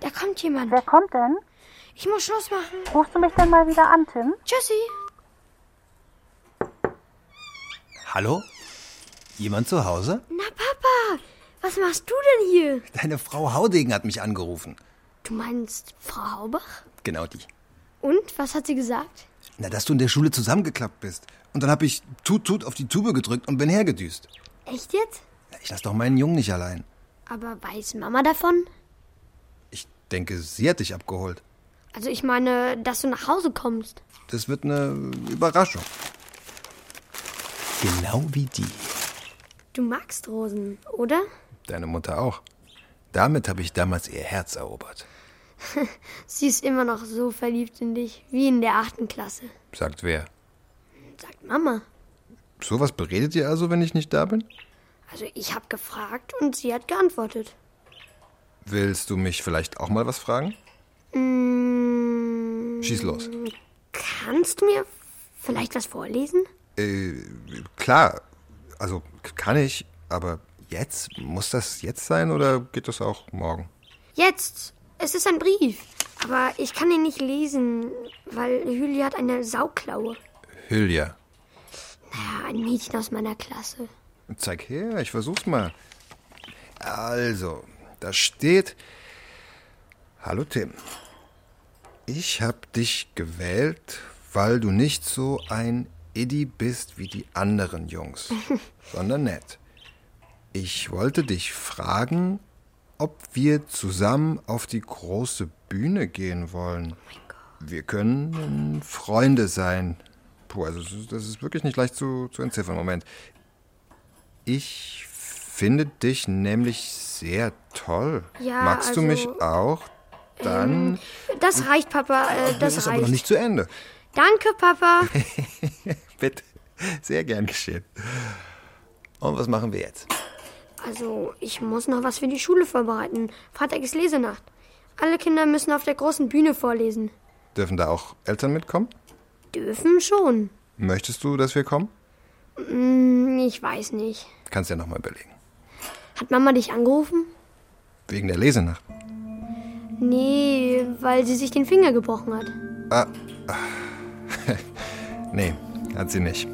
Da kommt jemand.
Wer kommt denn?
Ich muss Schluss machen.
Rufst du mich denn mal wieder an, Tim?
Tschüssi.
Hallo? Jemand zu Hause?
Na, Papa, was machst du denn hier?
Deine Frau Haudegen hat mich angerufen.
Du meinst Frau Haubach?
Genau die.
Und, was hat sie gesagt?
Na, dass du in der Schule zusammengeklappt bist. Und dann hab ich tut tut auf die Tube gedrückt und bin hergedüst.
Echt jetzt?
Na, Ich lass doch meinen Jungen nicht allein.
Aber weiß Mama davon?
Ich denke, sie hat dich abgeholt.
Also ich meine, dass du nach Hause kommst.
Das wird eine Überraschung.
Genau wie die.
Du magst Rosen, oder?
Deine Mutter auch. Damit habe ich damals ihr Herz erobert,
Sie ist immer noch so verliebt in dich, wie in der achten Klasse,
sagt wer.
sagt Mama.
Sowas beredet ihr also, wenn ich nicht da bin?
Also ich habe gefragt und sie hat geantwortet.
Willst du mich vielleicht auch mal was fragen?
Mm,
Schieß los.
kannst du mir vielleicht was vorlesen?
Äh, klar, also k- kann ich, aber jetzt? Muss das jetzt sein oder geht das auch morgen?
Jetzt. Es ist ein Brief. Aber ich kann ihn nicht lesen, weil Julia hat eine Sauklaue.
Hülya,
Naja, ein Mädchen aus meiner Klasse.
zeig her, ich versuch's mal. Also, da steht... Hallo Tim. Ich hab dich gewählt, weil du nicht so ein Iddi bist wie die anderen Jungs, sondern nett. Ich wollte dich fragen, ob wir zusammen auf die große Bühne gehen
Oh
wollen. Wir können Freunde sein. Puh, also das ist- das ist wirklich nicht leicht zu, zu entziffern. Moment. Ich finde dich nämlich sehr toll.
Ja,
Magst du mich
also, ähm,
auch? Dann.
Das reicht, Papa. Äh, das,
Hm. das ist
reicht.
aber noch nicht zu Ende.
Danke, Papa.
Bitte. Sehr gern geschehen. Und was machen wir jetzt?
Also, ich muss noch was für die Schule vorbereiten. Freitag ist Lesenacht. Alle Kinder müssen auf der großen Bühne vorlesen.
Dürfen da auch Eltern mitkommen?
Dürfen schon.
Möchtest du, dass wir kommen?
Hm, ich weiß nicht.
Kannst ja nochmal überlegen.
Hat Mama dich angerufen?
Wegen der Lesenacht.
Nee, weil sie sich den Finger gebrochen hat.
Ah. ah. nee, hat sie nicht.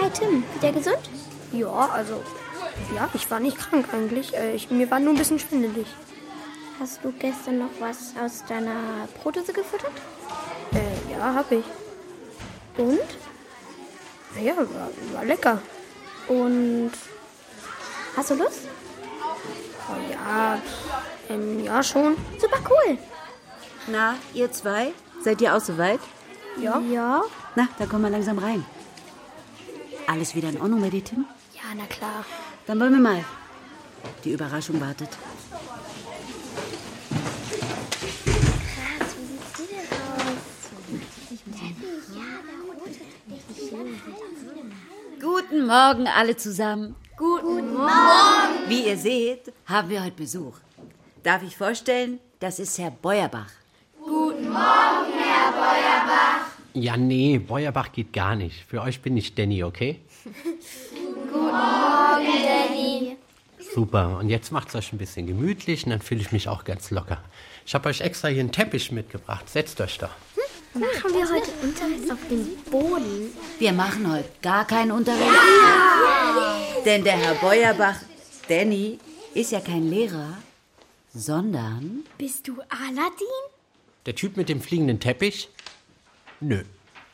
Hi Tim, wieder gesund?
Ja, also. Ja, ich war nicht krank eigentlich. Äh, Ich, mir war nur ein bisschen schwindelig.
Hast du gestern noch was aus deiner Brotdose gefuttert?
Äh, ja, hab ich.
Und?
Ja, war, war lecker.
Und hast du Lust?
Oh, ja, pff, ähm, ja schon.
Super cool.
Na, ihr zwei? Seid ihr auch soweit?
Ja.
Ja.
Na, da kommen wir langsam rein. Alles wieder in Ordnung bei dir, Tim?
Ja, na klar.
Dann wollen wir mal. Die Überraschung wartet.
Krass, wie sieht die denn aus? Ja, da unten. Richtig schön.
Guten Morgen alle zusammen.
Guten Morgen.
Wie ihr seht, haben wir heute Besuch. Darf ich vorstellen, das ist Herr Beuerbach.
Guten Morgen, Herr Beuerbach.
Ja, Ah, nee, Beuerbach geht gar nicht. Für euch bin ich Danny, okay?
Guten Morgen, Danny.
Super. Und jetzt macht's euch ein bisschen gemütlich und dann fühle ich mich auch ganz locker. Ich habe euch extra hier einen Teppich mitgebracht. Setzt euch da.
Machen wir heute Unterricht auf dem Boden?
Wir machen heute gar keinen Unterricht.
Ja!
Denn der Herr Beuerbach, Danny, ist ja kein Lehrer, sondern
Bist du Aladdin?
Der Typ mit dem fliegenden Teppich? Nö,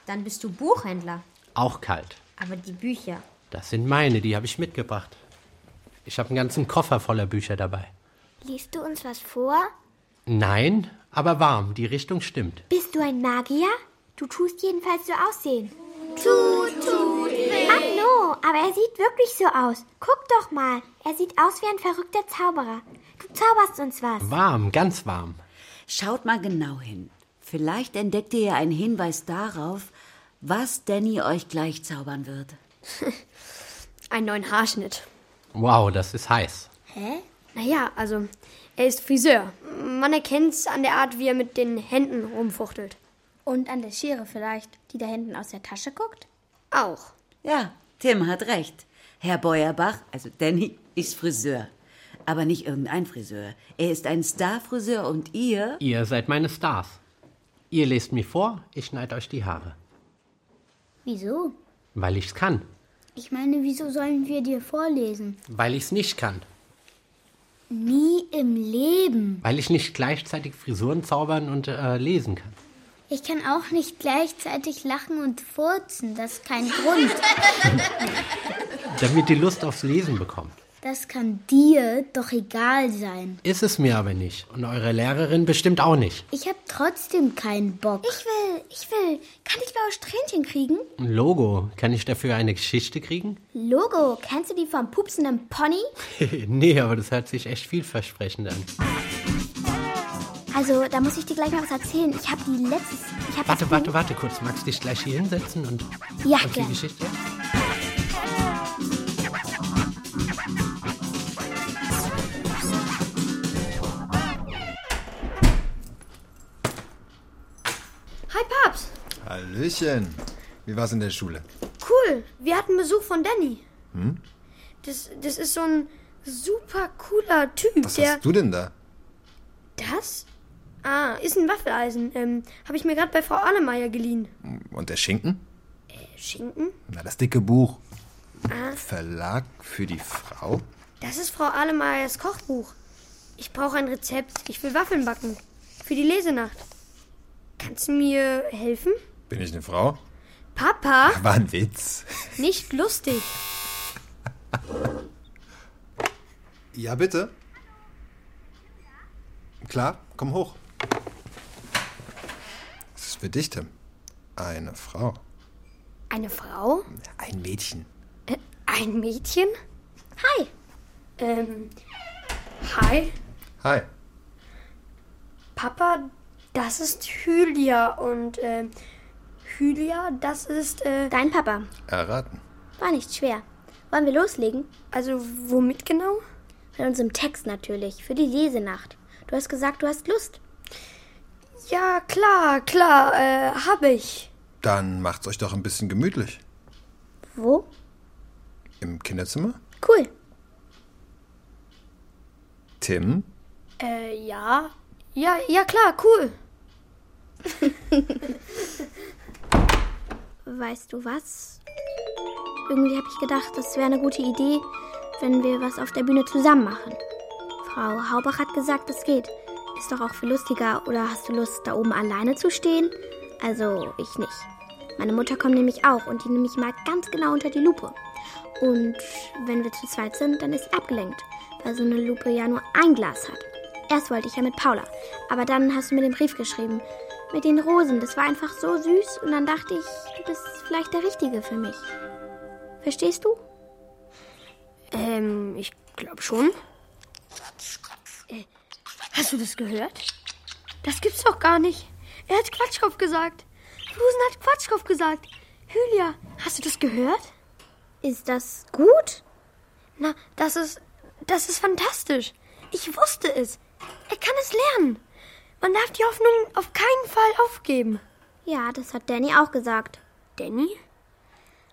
Dann bist du Buchhändler.
auch kalt.
Aber die Bücher.
Das sind meine, die habe ich mitgebracht. Ich habe einen ganzen Koffer voller Bücher dabei.
Liest du uns was vor?
Nein, aber warm. Die Richtung stimmt.
Bist du ein Magier? Du tust jedenfalls so aussehen. Tut, tut weh. Ach no, aber er sieht wirklich so aus. Guck doch mal, er sieht aus wie ein verrückter Zauberer. Du zauberst uns was.
Warm, ganz warm.
schaut mal genau hin. Vielleicht entdeckt ihr ja einen Hinweis darauf, was Danny euch gleich zaubern wird.
Einen neuen Haarschnitt.
Wow, das ist heiß.
Hä? Naja, also, er ist Friseur. Man erkennt's an der Art, wie er mit den Händen rumfuchtelt.
Und an der Schere vielleicht, die da hinten aus der Tasche guckt?
Auch.
Ja, Tim hat recht. Herr Beuerbach, also Danny, ist Friseur. Aber nicht irgendein Friseur. Er ist ein Star-Friseur und ihr.
Ihr seid meine Stars. Ihr lest mir vor, ich schneide euch die Haare.
Wieso?
Weil ich's kann.
Ich meine, wieso sollen wir dir vorlesen?
Weil ich's nicht kann.
Nie im Leben.
Weil ich nicht gleichzeitig Frisuren zaubern und äh, lesen kann.
Ich kann auch nicht gleichzeitig lachen und furzen. Das ist kein Grund.
Damit die Lust aufs Lesen bekommt.
Das kann dir doch egal sein.
Ist es mir aber nicht. Und eure Lehrerin bestimmt auch nicht.
Ich habe trotzdem keinen Bock.
Ich will, ich will. Kann ich blaue Strähnchen kriegen?
Ein Logo. Kann ich dafür eine Geschichte kriegen?
Logo, kennst du die vom pupsenden Pony?
nee, aber das hört sich echt vielversprechend an.
Also, da muss ich dir gleich mal was erzählen. Ich habe die letztes. Ich hab
Warte, warte, warte kurz. Magst du dich gleich hier hinsetzen und,
Ja,
und die
gerne.
Geschichte?
Hi, Paps.
Hallöchen. Wie war's in der Schule?
Cool, wir hatten Besuch von Danny.
Hm?
Das, das ist so ein super cooler Typ,
Was
der.
hast du denn da?
Das? Ah, ist ein Waffeleisen. Ähm, habe ich mir gerade bei Frau Annemeier geliehen.
Und der Schinken?
Schinken?
Na, das dicke Buch.
Ah,
Verlag für die Frau?
das ist Frau Annemeyers Kochbuch. Ich brauche ein Rezept. Ich will Waffeln backen. Für die Lesenacht. Kannst du mir helfen?
Bin ich eine Frau?
Papa?
War ein Witz.
Nicht lustig.
Ja, bitte. Klar, komm hoch. Das ist für dich, Tim. Eine Frau.
Eine Frau?
Ein Mädchen.
Äh, ein Mädchen? Hi. Ähm, hi.
Hi.
Papa, das ist Hylia und ähm, Hylia, das ist äh,
dein Papa.
Erraten.
War nicht schwer. Wollen wir loslegen?
Also, womit genau?
Mit unserem Text natürlich, für die Lesenacht. Du hast gesagt, du hast Lust.
Ja, klar, klar, äh, habe ich.
Dann macht's euch doch ein bisschen gemütlich.
Wo?
Im Kinderzimmer?
Cool.
Tim?
Äh, ja. Ja, ja, klar, cool.
Weißt du was? Irgendwie habe ich gedacht, das wäre eine gute Idee, wenn wir was auf der Bühne zusammen machen. Frau Haubach hat gesagt, es geht. Ist doch auch viel lustiger. Oder hast du Lust, da oben alleine zu stehen? Also, ich nicht. Meine Mutter kommt nämlich auch und die nehme ich mal ganz genau unter die Lupe. Und wenn wir zu zweit sind, dann ist sie abgelenkt, weil so eine Lupe ja nur ein Glas hat. Erst wollte ich ja mit Paula, aber dann hast du mir den Brief geschrieben. Mit den Rosen, das war einfach so süß und dann dachte ich, du bist vielleicht der Richtige für mich. Verstehst du?
Ähm, ich glaube schon. Äh, hast du das gehört? Das gibt's doch gar nicht. Er hat Quatschkopf gesagt. Flusen hat Quatschkopf gesagt. Hylia, hast du das gehört?
Ist das gut?
Na, das ist. Das ist fantastisch. Ich wusste es. Er kann es lernen. Man darf die Hoffnung auf keinen Fall aufgeben.
Ja, das hat Danny auch gesagt.
Danny?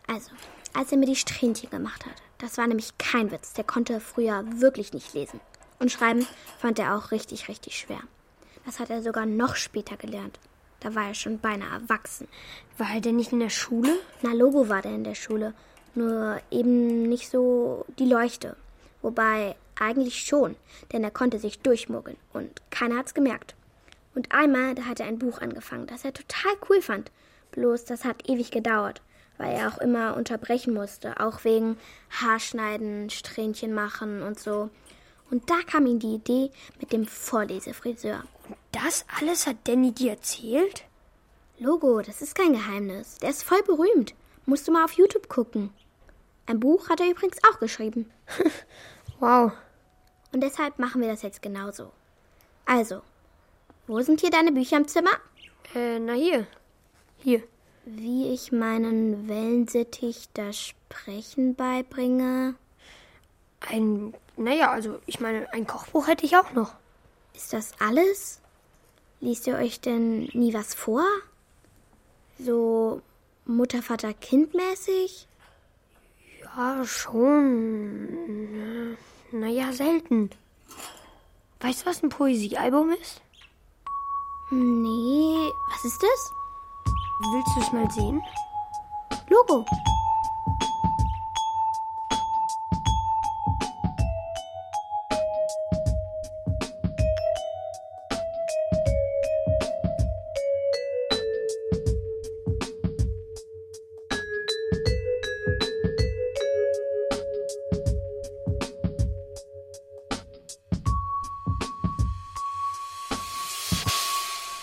Also, als er mir die Strähnchen gemacht hat, das war nämlich kein Witz. Der konnte früher wirklich nicht lesen. Und schreiben fand er auch richtig, richtig schwer. Das hat er sogar noch später gelernt. Da war er schon beinahe erwachsen.
War er denn nicht in der Schule?
Na, Logo war der in der Schule. Nur eben nicht so die Leuchte. Wobei eigentlich schon, denn er konnte sich durchmogeln und keiner hat's gemerkt. Und einmal, da hat er ein Buch angefangen, das er total cool fand. Bloß das hat ewig gedauert, weil er auch immer unterbrechen musste, auch wegen Haarschneiden, Strähnchen machen und so. Und da kam ihm die Idee mit dem Vorlesefriseur.
Das alles hat Danny dir erzählt?
Logo, das ist kein Geheimnis. Der ist voll berühmt. Musst du mal auf YouTube gucken. Ein Buch hat er übrigens auch geschrieben.
Wow.
Und deshalb machen wir das jetzt genauso. Also, wo sind hier deine Bücher im Zimmer?
Äh, na hier. Hier.
Wie ich meinen Wellensittich das Sprechen beibringe.
Ein. Naja, also ich meine, ein Kochbuch hätte ich auch noch.
Ist das alles? Liest ihr euch denn nie was vor? So Mutter, Vater, Kind mäßig?
Ja, schon. Naja, selten. Weißt du, was ein Poesiealbum ist?
Nee, was ist das?
Willst du es mal sehen?
Logo.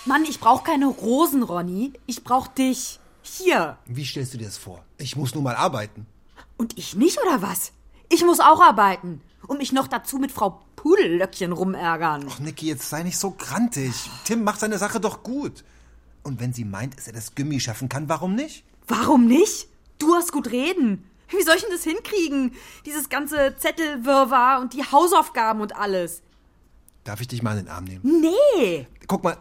Mann, ich brauche keine Rosen, Ronny. Ich brauche dich. Hier.
Wie stellst du dir das vor? Ich muss nun mal arbeiten.
Und ich nicht, oder was? Ich muss auch arbeiten. Und mich noch dazu mit Frau Pudellöckchen rumärgern.
Ach, Niki, jetzt sei nicht so grantig. Tim macht seine Sache doch gut. Und wenn sie meint, dass er das Gummi schaffen kann, warum nicht?
Warum nicht? Du hast gut reden. Wie soll ich denn das hinkriegen? Dieses ganze Zettelwirrwarr und die Hausaufgaben und alles.
Darf ich dich mal in den Arm nehmen?
Nee.
Guck mal,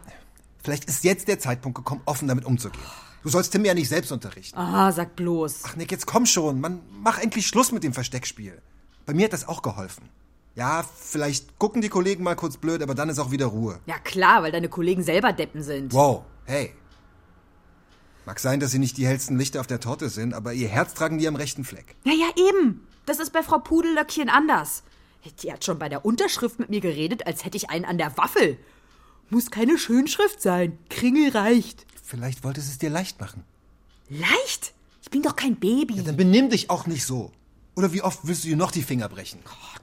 vielleicht ist jetzt der Zeitpunkt gekommen, offen damit umzugehen. Du sollst Tim ja nicht selbst unterrichten.
Ah, sag bloß.
Ach, Nick, jetzt komm schon. Man, mach endlich Schluss mit dem Versteckspiel. Bei mir hat das auch geholfen. Ja, vielleicht gucken die Kollegen mal kurz blöd, aber dann ist auch wieder Ruhe.
Ja klar, weil deine Kollegen selber Deppen sind.
Wow, hey. Mag sein, dass sie nicht die hellsten Lichter auf der Torte sind, aber ihr Herz tragen die am rechten Fleck.
Ja, ja, eben. Das ist bei Frau Pudellöckchen anders. Die hat schon bei der Unterschrift mit mir geredet, als hätte ich einen an der Waffel. Muss keine Schönschrift sein. Kringel reicht.
Vielleicht wollte es es dir leicht machen.
Leicht? Ich bin doch kein Baby.
Ja, dann benimm dich auch nicht so. Oder wie oft willst du dir noch die Finger brechen?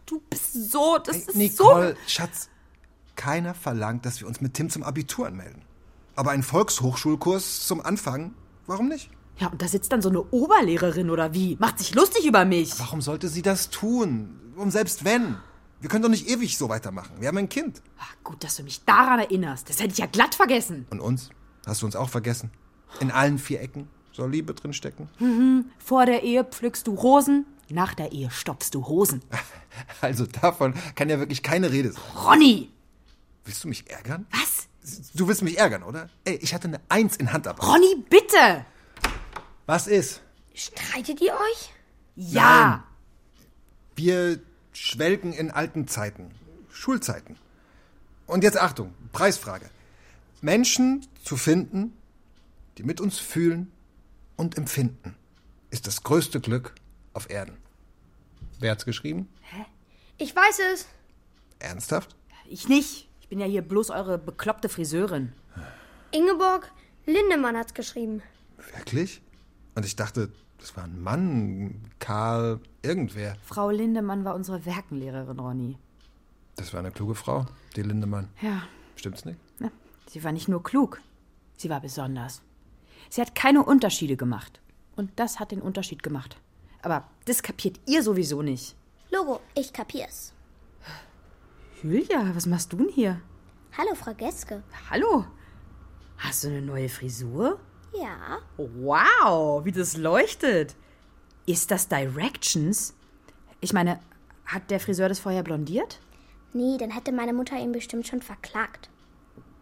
Du bist so, das ist
Nicole,
so.
Schatz, keiner verlangt, dass wir uns mit Tim zum Abitur anmelden. Aber ein Volkshochschulkurs zum Anfang, warum nicht?
Ja, und da sitzt dann so eine Oberlehrerin oder wie? Macht sich lustig über mich.
Warum sollte sie das tun? Und selbst wenn? Wir können doch nicht ewig so weitermachen. Wir haben ein Kind.
Ach, Ah, gut, dass du mich daran erinnerst. Das hätte ich ja glatt vergessen.
Und uns? Hast du uns auch vergessen? In allen vier Ecken soll Liebe drinstecken.
Mhm. Vor der Ehe pflückst du Rosen, nach der Ehe stopfst du Hosen.
Also davon kann ja wirklich keine Rede sein.
Ronny!
Willst du mich ärgern?
Was?
Du willst mich ärgern, oder? Ey, ich hatte eine Eins in Handarbeit.
Ronny, bitte!
Was ist?
Streitet ihr euch?
Ja!
Nein. Wir schwelgen in alten Zeiten, Schulzeiten. Und jetzt Achtung, Preisfrage. Menschen zu finden, die mit uns fühlen und empfinden, ist das größte Glück auf Erden. Wer hat's geschrieben?
Ich weiß es.
Ernsthaft?
Ich nicht. Ich bin ja hier bloß eure bekloppte Friseurin.
Ingeborg Lindemann hat's geschrieben.
Wirklich? Und ich dachte, das war ein Mann, Karl, irgendwer.
Frau Lindemann war unsere Werkenlehrerin, Ronny.
Das war eine kluge Frau, die Lindemann.
Ja.
Stimmt's nicht?
Ja, Sie war nicht nur klug, sie war besonders. Sie hat keine Unterschiede gemacht. Und das hat den Unterschied gemacht. Aber das kapiert ihr sowieso nicht.
Logo, ich kapier's.
Julia, was machst du denn hier?
Hallo, Frau Geske.
Hallo? Hast du eine neue Frisur?
Ja.
Wow, wie das leuchtet. Ist das Directions? Ich meine, hat der Friseur das vorher blondiert?
Nee, dann hätte meine Mutter ihn bestimmt schon verklagt.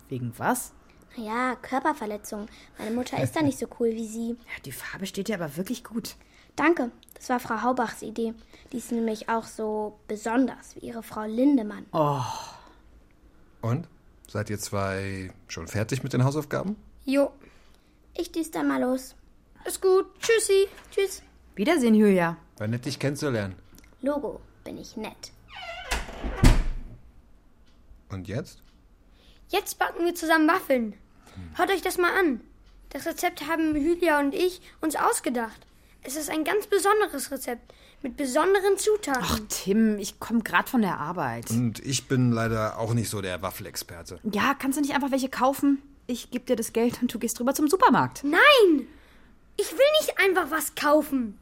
Wegen was?
Naja, Körperverletzung. Meine Mutter ist da nicht so cool wie sie.
Ja, die Farbe steht dir aber wirklich gut.
Danke, das war Frau Haubachs Idee. Die ist nämlich auch so besonders wie ihre Frau Lindemann.
Oh.
Und? Seid ihr zwei schon fertig mit den Hausaufgaben?
Jo, ich düse dann mal los.
Ist gut. Tschüssi.
Tschüss.
Wiedersehen, Julia.
War nett, dich kennenzulernen.
Logo, bin ich nett.
Und jetzt?
Jetzt backen wir zusammen Waffeln. Hört euch das mal an. Das Rezept haben Julia und ich uns ausgedacht. Es ist ein ganz besonderes Rezept mit besonderen Zutaten.
Ach, Tim, ich komme gerade von der Arbeit.
Und ich bin leider auch nicht so der Waffelexperte.
Ja, kannst du nicht einfach welche kaufen? Ich gebe dir das Geld und du gehst rüber zum Supermarkt.
Nein! Ich will nicht einfach was kaufen.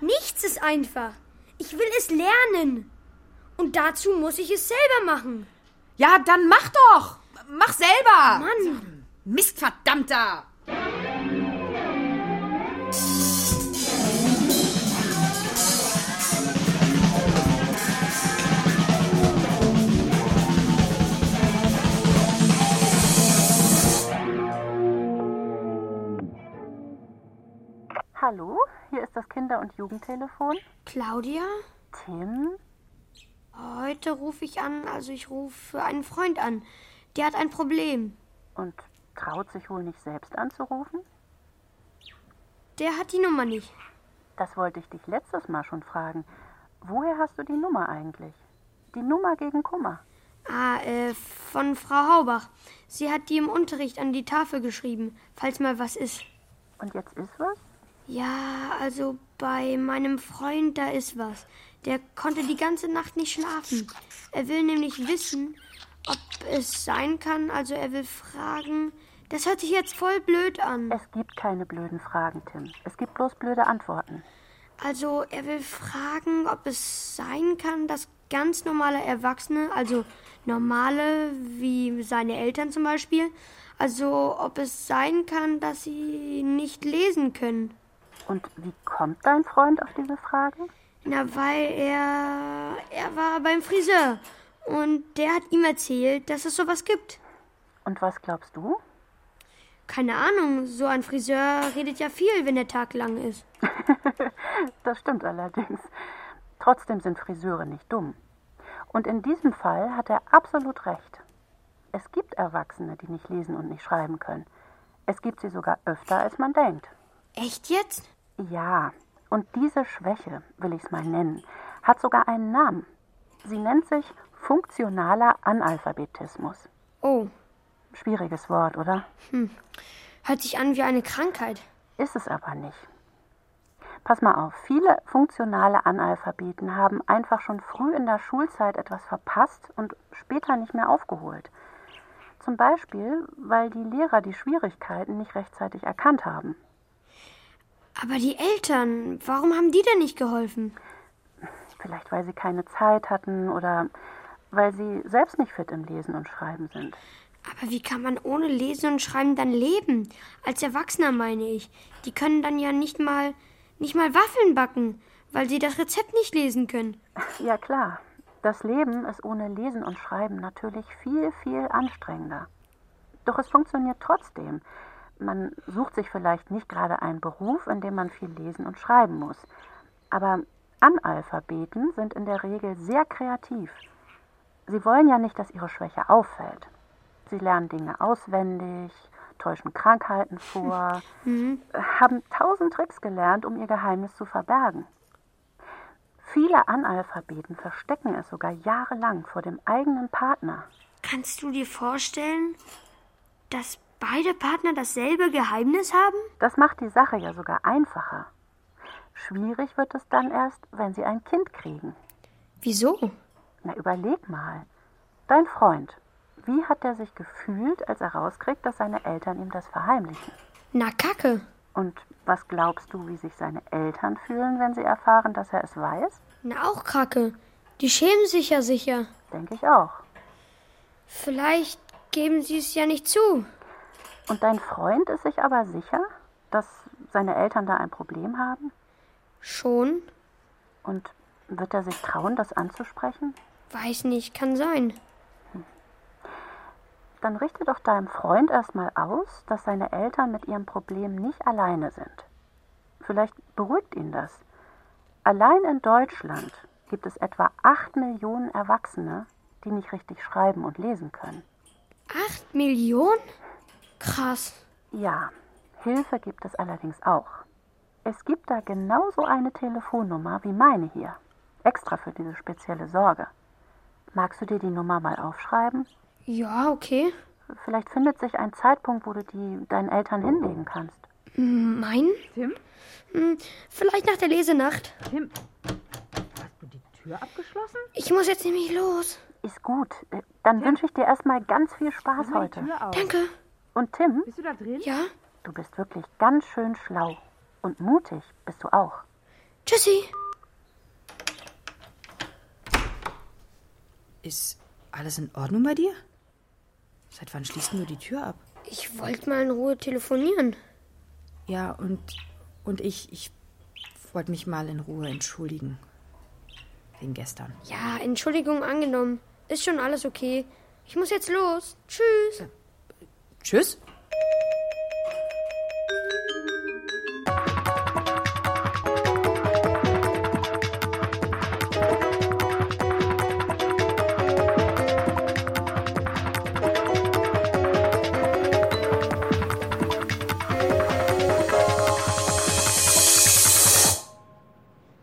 Nichts ist einfach. Ich will es lernen. Und dazu muss ich es selber machen.
Ja, dann mach doch! Mach selber!
Mann!
Mistverdammter!
Hallo, hier ist das Kinder- und Jugendtelefon.
Claudia?
Tim?
Heute rufe ich an, also ich rufe einen Freund an. Der hat ein Problem.
Und traut sich wohl nicht selbst anzurufen?
Der hat die Nummer nicht.
Das wollte ich dich letztes Mal schon fragen. Woher hast du die Nummer eigentlich? Die Nummer gegen Kummer.
Ah, äh, von Frau Haubach. Sie hat die im Unterricht an die Tafel geschrieben, falls mal was ist.
Und jetzt ist was?
Ja, also bei meinem Freund, da ist was. Der konnte die ganze Nacht nicht schlafen. Er will nämlich wissen, ob es sein kann, also er will fragen. Das hört sich jetzt voll blöd an.
Es gibt keine blöden Fragen, Tim. Es gibt bloß blöde Antworten.
Also er will fragen, ob es sein kann, dass ganz normale Erwachsene, also normale wie seine Eltern zum Beispiel, also ob es sein kann, dass sie nicht lesen können.
Und wie kommt dein Freund auf diese Frage?
Na, weil er. er war beim Friseur. Und der hat ihm erzählt, dass es sowas gibt.
Und was glaubst du?
Keine Ahnung, so ein Friseur redet ja viel, wenn der Tag lang ist.
das stimmt allerdings. Trotzdem sind Friseure nicht dumm. Und in diesem Fall hat er absolut recht. Es gibt Erwachsene, die nicht lesen und nicht schreiben können. Es gibt sie sogar öfter, als man denkt.
Echt jetzt?
Ja, und diese Schwäche, will ich es mal nennen, hat sogar einen Namen. Sie nennt sich funktionaler Analphabetismus.
Oh.
Schwieriges Wort, oder?
Hm. Hört sich an wie eine Krankheit.
Ist es aber nicht. Pass mal auf, viele funktionale Analphabeten haben einfach schon früh in der Schulzeit etwas verpasst und später nicht mehr aufgeholt. Zum Beispiel, weil die Lehrer die Schwierigkeiten nicht rechtzeitig erkannt haben.
Aber die Eltern, warum haben die denn nicht geholfen?
Vielleicht weil sie keine Zeit hatten oder weil sie selbst nicht fit im Lesen und Schreiben sind.
Aber wie kann man ohne Lesen und Schreiben dann leben? Als Erwachsener meine ich. Die können dann ja nicht mal nicht mal Waffeln backen, weil sie das Rezept nicht lesen können.
Ja klar. Das Leben ist ohne Lesen und Schreiben natürlich viel, viel anstrengender. Doch es funktioniert trotzdem, man sucht sich vielleicht nicht gerade einen Beruf, in dem man viel lesen und schreiben muss. Aber Analphabeten sind in der Regel sehr kreativ. Sie wollen ja nicht, dass ihre Schwäche auffällt. Sie lernen Dinge auswendig, täuschen Krankheiten vor, mhm. haben tausend Tricks gelernt, um ihr Geheimnis zu verbergen. Viele Analphabeten verstecken es sogar jahrelang vor dem eigenen Partner.
Kannst du dir vorstellen, dass beide Partner dasselbe Geheimnis haben?
Das macht die Sache ja sogar einfacher. Schwierig wird es dann erst, wenn sie ein Kind kriegen.
Wieso?
Na, überleg mal. Dein Freund, wie hat er sich gefühlt, als er rauskriegt, dass seine Eltern ihm das verheimlichen?
Na, Kacke.
Und was glaubst du, wie sich seine Eltern fühlen, wenn sie erfahren, dass er es weiß?
Na, auch Kacke. Die schämen sich ja sicher.
Denke ich auch.
Vielleicht geben sie es ja nicht zu.
Und dein Freund ist sich aber sicher, dass seine Eltern da ein Problem haben?
Schon.
Und wird er sich trauen, das anzusprechen?
Weiß nicht, kann sein.
Hm. Dann richte doch deinem Freund erstmal aus, dass seine Eltern mit ihrem Problem nicht alleine sind. Vielleicht beruhigt ihn das. Allein in Deutschland gibt es etwa 8 Millionen Erwachsene, die nicht richtig schreiben und lesen können.
8 Millionen? Krass.
Ja, Hilfe gibt es allerdings auch. Es gibt da genauso eine Telefonnummer wie meine hier. Extra für diese spezielle Sorge. Magst du dir die Nummer mal aufschreiben?
Ja, okay.
Vielleicht findet sich ein Zeitpunkt, wo du die deinen Eltern hinlegen kannst.
Mein?
Tim?
Mm, Vielleicht nach der Lesenacht.
Tim, hast du die Tür abgeschlossen?
Ich muss jetzt nämlich los.
Ist gut. Äh, Dann Tim? wünsche ich dir erstmal ganz viel Spaß Mach heute.
Danke.
Und Tim?
Bist du da drin?
Ja.
Du bist wirklich ganz schön schlau. Und mutig bist du auch.
Tschüssi.
Ist alles in Ordnung bei dir? Seit wann schließt du die Tür ab?
Ich wollte mal in Ruhe telefonieren.
Ja, und, und ich, ich wollte mich mal in Ruhe entschuldigen. Wegen gestern.
Ja, Entschuldigung angenommen. Ist schon alles okay. Ich muss jetzt los. Tschüss. Ja.
Tschüss.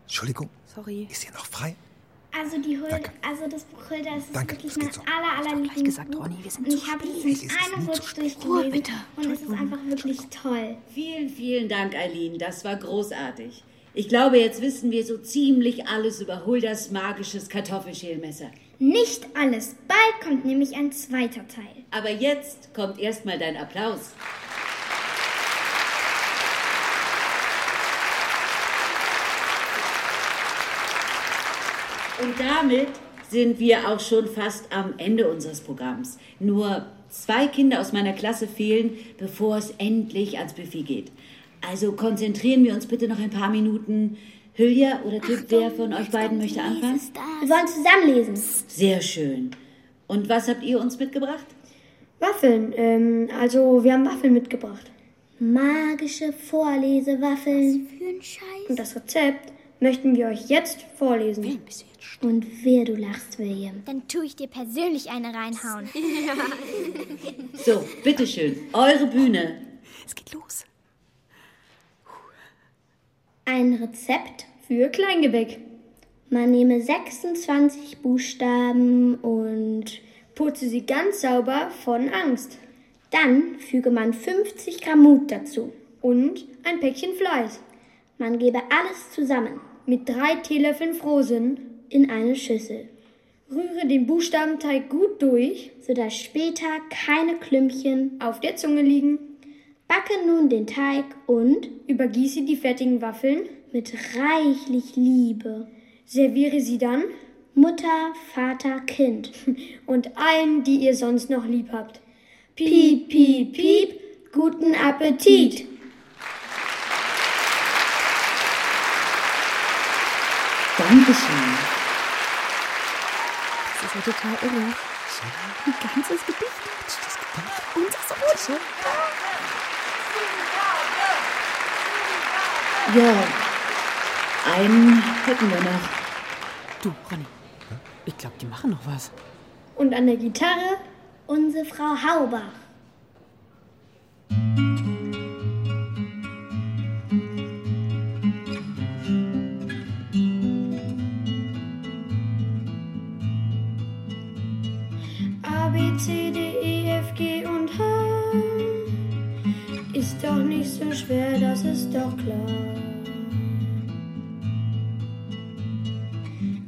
Entschuldigung,
Sorry.
ist hier noch frei?
Also die Hulda, also das Buch Hulda ist
Danke,
wirklich
das
mein
geht so.
aller, allerlieblings gesagt, Ronny, wir sind Und ich habe es in einem Rutsch durchgelesen und es ist einfach wirklich toll.
Vielen, vielen Dank, Eileen. Das war großartig. Ich glaube, jetzt wissen wir so ziemlich alles über Huldas magisches Kartoffelschälmesser.
Nicht alles. Bald kommt nämlich ein zweiter Teil.
Aber jetzt kommt erstmal dein Applaus. Und damit sind wir auch schon fast am Ende unseres Programms. Nur zwei Kinder aus meiner Klasse fehlen, bevor es endlich ans Buffet geht. Also konzentrieren wir uns bitte noch ein paar Minuten. Hülya oder Tipp, wer von euch beiden möchte anfangen?
Wir wollen zusammen lesen.
Sehr schön. Und was habt ihr uns mitgebracht?
Waffeln. Ähm, also, wir haben Waffeln mitgebracht.
Magische Vorlesewaffeln.
Was für ein Scheiß. Und das Rezept möchten wir euch jetzt vorlesen.
Und wer du lachst, William. Dann tue ich dir persönlich eine reinhauen.
So, bitteschön, eure Bühne.
Es geht los. Ein Rezept
für Kleingebäck.
Man nehme 26 Buchstaben und
putze sie ganz sauber von Angst.
Dann füge man 50 Gramm Mut dazu.
Und ein Päckchen Fleiß.
Man gebe alles zusammen.
Mit drei Teelöffeln Frohsinn
in eine Schüssel.
Rühre den Buchstabenteig gut durch,
sodass später keine Klümpchen
auf der Zunge liegen.
Backe nun den Teig und
übergieße die fertigen Waffeln
mit reichlich Liebe.
Serviere sie dann
Mutter, Vater, Kind
und allen, die ihr sonst noch lieb habt.
Piep, piep, piep, guten Appetit!
Dankeschön.
Das ist ja total irre. Ein ganzes Gedicht. Und das so gut.
Ja, einen hätten wir noch.
Du, Ronny, ich glaube, die machen noch was.
Und an der Gitarre
unsere Frau Haubach.
A, B, C, D, E, F, G und H. Ist doch nicht so schwer, das ist doch klar.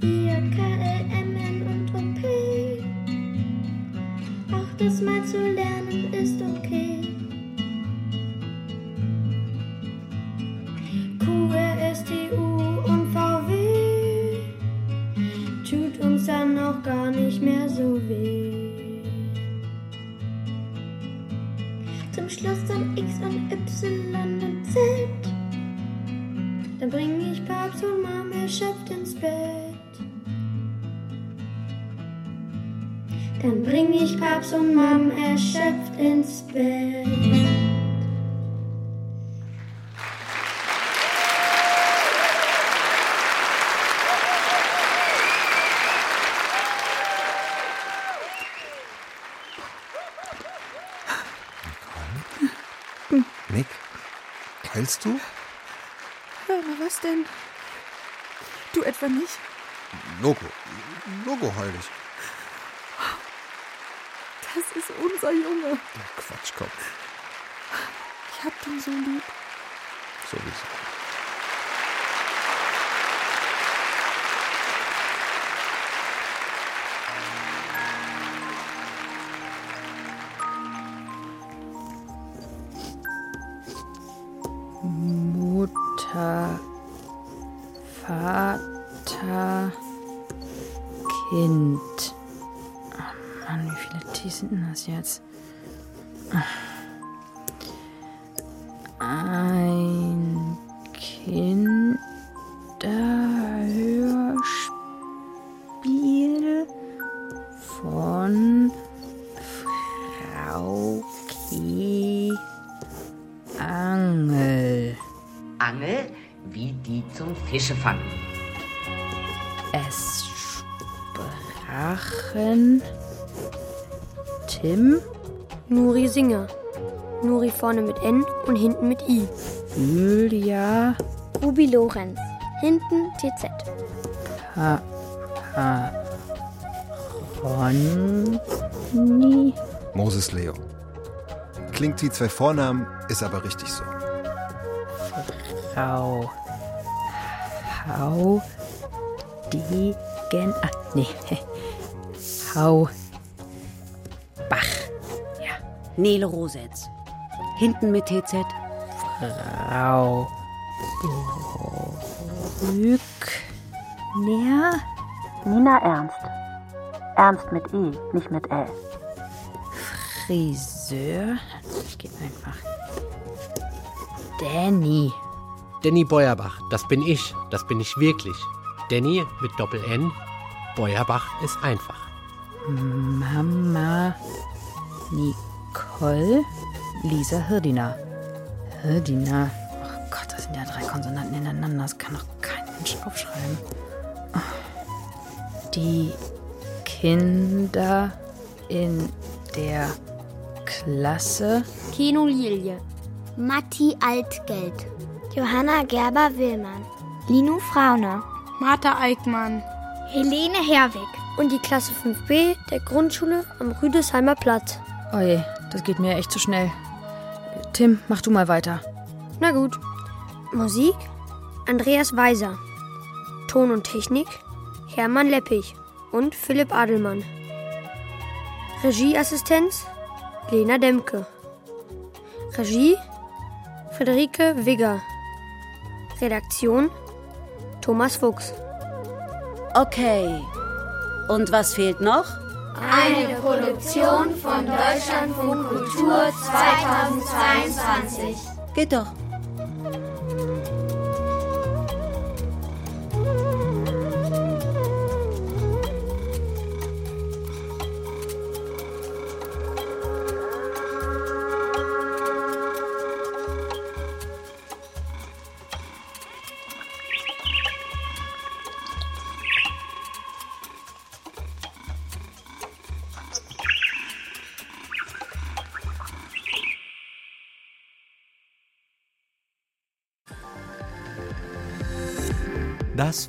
I, J, K, L, M, N und O, P. Auch das mal zu lernen ist okay.
Q, R, S, T, U und VW. Tut uns dann auch gar nicht mehr so weh.
Zum Schluss dann X und Y und Z.
Dann bring ich Papst und Mom erschöpft ins Bett. Dann bring ich Papst und Mom erschöpft ins Bett.
Nick, heilst du?
Ja, aber was denn? Du etwa nicht?
Logo. Logo heul ich.
Das ist unser Junge.
Quatschkopf.
Ich hab den so lieb.
Sowieso.
Mutter, Vater, Kind. Oh Mann, wie viele T's sind denn das jetzt? Ein Kinderhörspiel von Frauke Angel.
Angel wie die zum Fischefangen.
Es sprachen Tim,
Nuri Singer. Nuri vorne mit N und hinten mit I.
Julia,
Ruby Lorenz, hinten TZ.
Ha, ha, Ronny.
Moses Leo. Klingt wie zwei Vornamen, ist aber richtig so.
Frau. Hau. Degen. Ah, nee. Hau. Bach.
Ja. Nele Rosetz. Hinten mit TZ.
Frau. Brückner.
Nina Ernst. Ernst mit I, nicht mit L.
Friseur. Ich gebe einfach. Danny.
Danny Beuerbach, das bin ich, das bin ich wirklich. Danny mit Doppel-N, Beuerbach ist einfach.
Mama. Nicole. Lisa Hirdina. Hirdina. Oh Gott, das sind ja drei Konsonanten ineinander. Das kann doch kein Mensch aufschreiben. Die Kinder in der Klasse.
Keno Lilie. Matti Altgeld. Johanna Gerber-Willmann. Lino Frauner. Martha Eickmann. Helene Herwig.
Und die Klasse 5b der Grundschule am Rüdesheimer Platz.
Oje, Oh das geht mir echt zu schnell. Tim, mach du mal weiter.
Na gut. Musik Andreas Weiser. Ton und Technik Hermann Leppich und Philipp Adelmann. Regieassistenz Lena Demke. Regie Friederike Wigger. Redaktion Thomas Fuchs.
Okay. Und was fehlt noch?
Eine Produktion von Deutschlandfunk Kultur 2022.
Geht doch.
Das